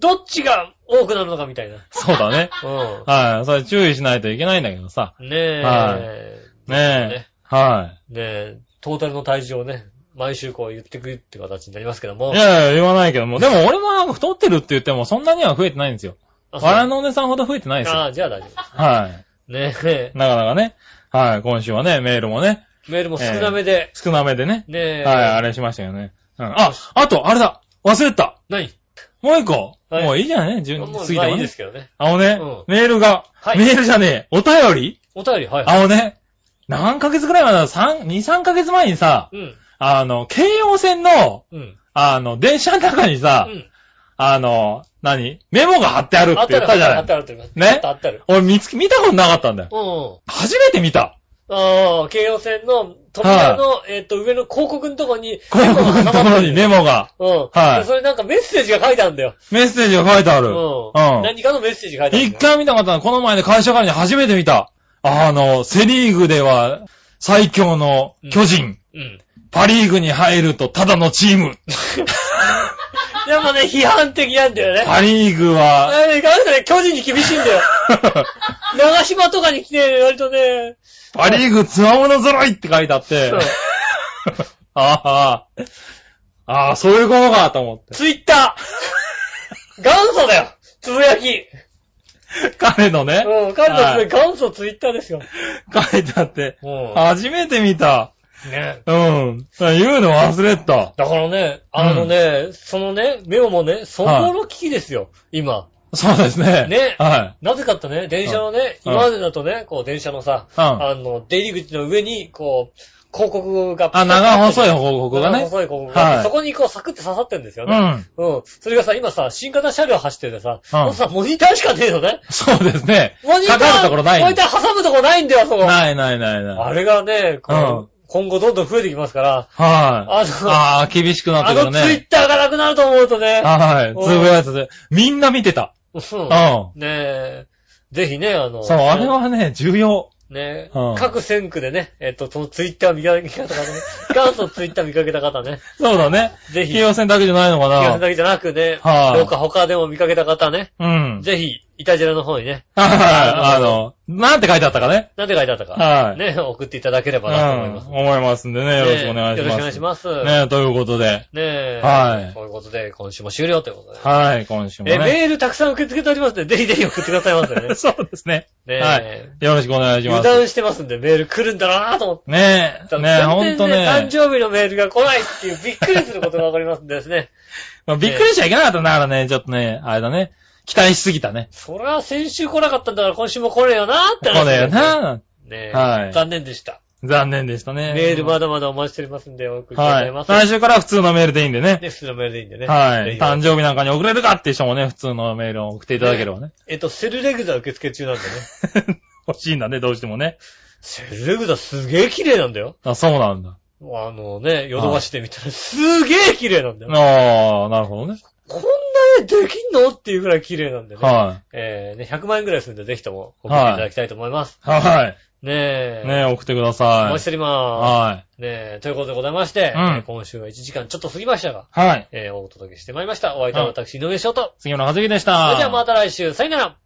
どっちが多くなるのかみたいな。い。そうだね。うはい。それ注意しないといけないんだけどさ。ん。ねえ。はねえね。はねえ、トータルの体重をね、毎週こう言ってくって形になりますけどい。もい。やいや、言わないけども。でも俺もなんか太ってるって言っても、そんなには増えてないんですよ。あ笑いのお姉さんほど増えてないですあよ。あ、じゃあ大丈夫ではす。ねえい。、なかなかね。はい。今週はね、メールもね、メールも少なめで。少なめでね。ねえ。はい、あれしましたよね。うん。あ、あと、あれだ忘れてた何もう一個、はいもういいじゃない ?12 もう、過ぎまあていもいでねす。けどね。あのね、うんメールが、はいメールじゃねえ、お便りお便り、はいはい。あのね、何ヶ月ぐらい前だ ?3、2、3ヶ月前にさ、うん、あの、京葉線の、うん、あの、電車の中にさ、うん。あの、何メモが貼ってあるっあてった言ったじゃら、なあっい。たらあったら。ねあったあったら。俺見つけ、見たことなかったんだよ。うんうん。初めて見た。ああ、京葉線の扉の、えっと、上の広告のとこに、広告のところにメモが、うん。はいでそれなんかメッセージが書いてあるんだよ。メッセージが書いてある。うん。うん。何かのメッセージが書いてあるん一だよ。回見たことない。この前で会社からに初めて見た。あの、セリーグでは最強の巨人。うん。パリーグに入るとただのチーム。やっぱね、批判的なんだよね。パリーグは、 あれ、いかんね、巨人に厳しいんだよ。長島とかに来て、割とね、パリーグつわもの揃いって書いてあってそう。ああ、ああ、そういうことかと思って。ツイッター。元祖だよ。つぶやき。 彼のね、うん、彼のつぶやき、元祖ツイッターですよ。書いてあって、うん。初めて見た。ねうん。言うの忘れてた。だからね、あのね、そのね、メモもね、そこの危機ですよ、今。そうですね。ねはなぜかってね、電車のね、うん今までだとね、こう電車のさ、うんあの、出入り口の上に、こう、広告が。あ長細い広告がね長細い広告があって、はいそこにこうサクって刺さってんですよい。ね。うん。うん。それがさ、今さ、新型車両走っててさ、うんもうさ、モニターしかねえよね。そうですね。モニター、かかるところないモニター挟むところないんだよ、そこ。ないないないない。あれがね、こううん今後どんどん増えてきますから、はい。あの、あああ、厳しくなってくのるツイね。ッターがなくなると思うとね、はい。つぶやいてて。みんな見てた。うんうん。そねえ、ぜひね、あの、う、あれはね、重要。ね、うん各選区でね、えっと、そのツイッター見かけた 方ね、元祖ツイッター見かけた方ね、そうだ ね。ぜひ、企業戦だけじゃないのか気がするなだけじゃなくね、はいどうか他でも見かけた方ね、うん。ぜひ、イタジェラの方にね、はい。あの、なんて書いてあったかね。なんて書いてあったか、はい。ね、送っていただけれうばなと思いんます。。思いますんでね。よろしくお願いします。ねよろしくお願いします。ねねということで。え。はいということで、今週も終了ということで。はい、今週もえ、ね。メールたくさん受け付けておりますので、ぜひぜひ送ってくださいませね。ね そうですね。はいえ。。よろしくお願いしま油す。断してますんで、メール来るんだなぁと思って。ねえ、ねえ、ほん全と然ね、誕ね。生日のメールが来ないっていうびっくりすることがわかりますんで ですね。まあびっくりしちゃいけなかったな、だからね、ちょっとね、あれだね。期待しすぎたね。そりゃ先週来なかったんだから今週も来ねえよなってそう話だでよすね。な。ねえ、はい残念でした。残念でしたね。メールまだまだお待ちしておりますんで、お送りくださいはまい。せ。最初から普通のメールでいいんでね。ね、普通のメールでいいんでね。はい。誕生生日なんかに送れるかっていう人もね、普通のメールを送っていただければね。 えっと、セルレグザ受付中なんでね。欲しいんだね、どうしてもね。セルレグザすげえ綺麗なんだよ。あ、そうなんだ。あのね、ヨドバシで見たらすげえ綺麗なんだよ。ああ、なるほどね。こんなにできんのっていうぐらい綺麗なんでね。はえー、ね、100万円ぐらいするんでぜひとも送っていただきたいと思います。い。はねえ。い。ね送ってくだおさ待ちいし。ておりまはす。ねえ、ということでございまして、うんえー今週は1時間ちょっと過ぎましたが、い。はい。えーお届けしてまいりました。お相手は私、井上翔と。杉村和樹でしそた。れではまた来週、さよなら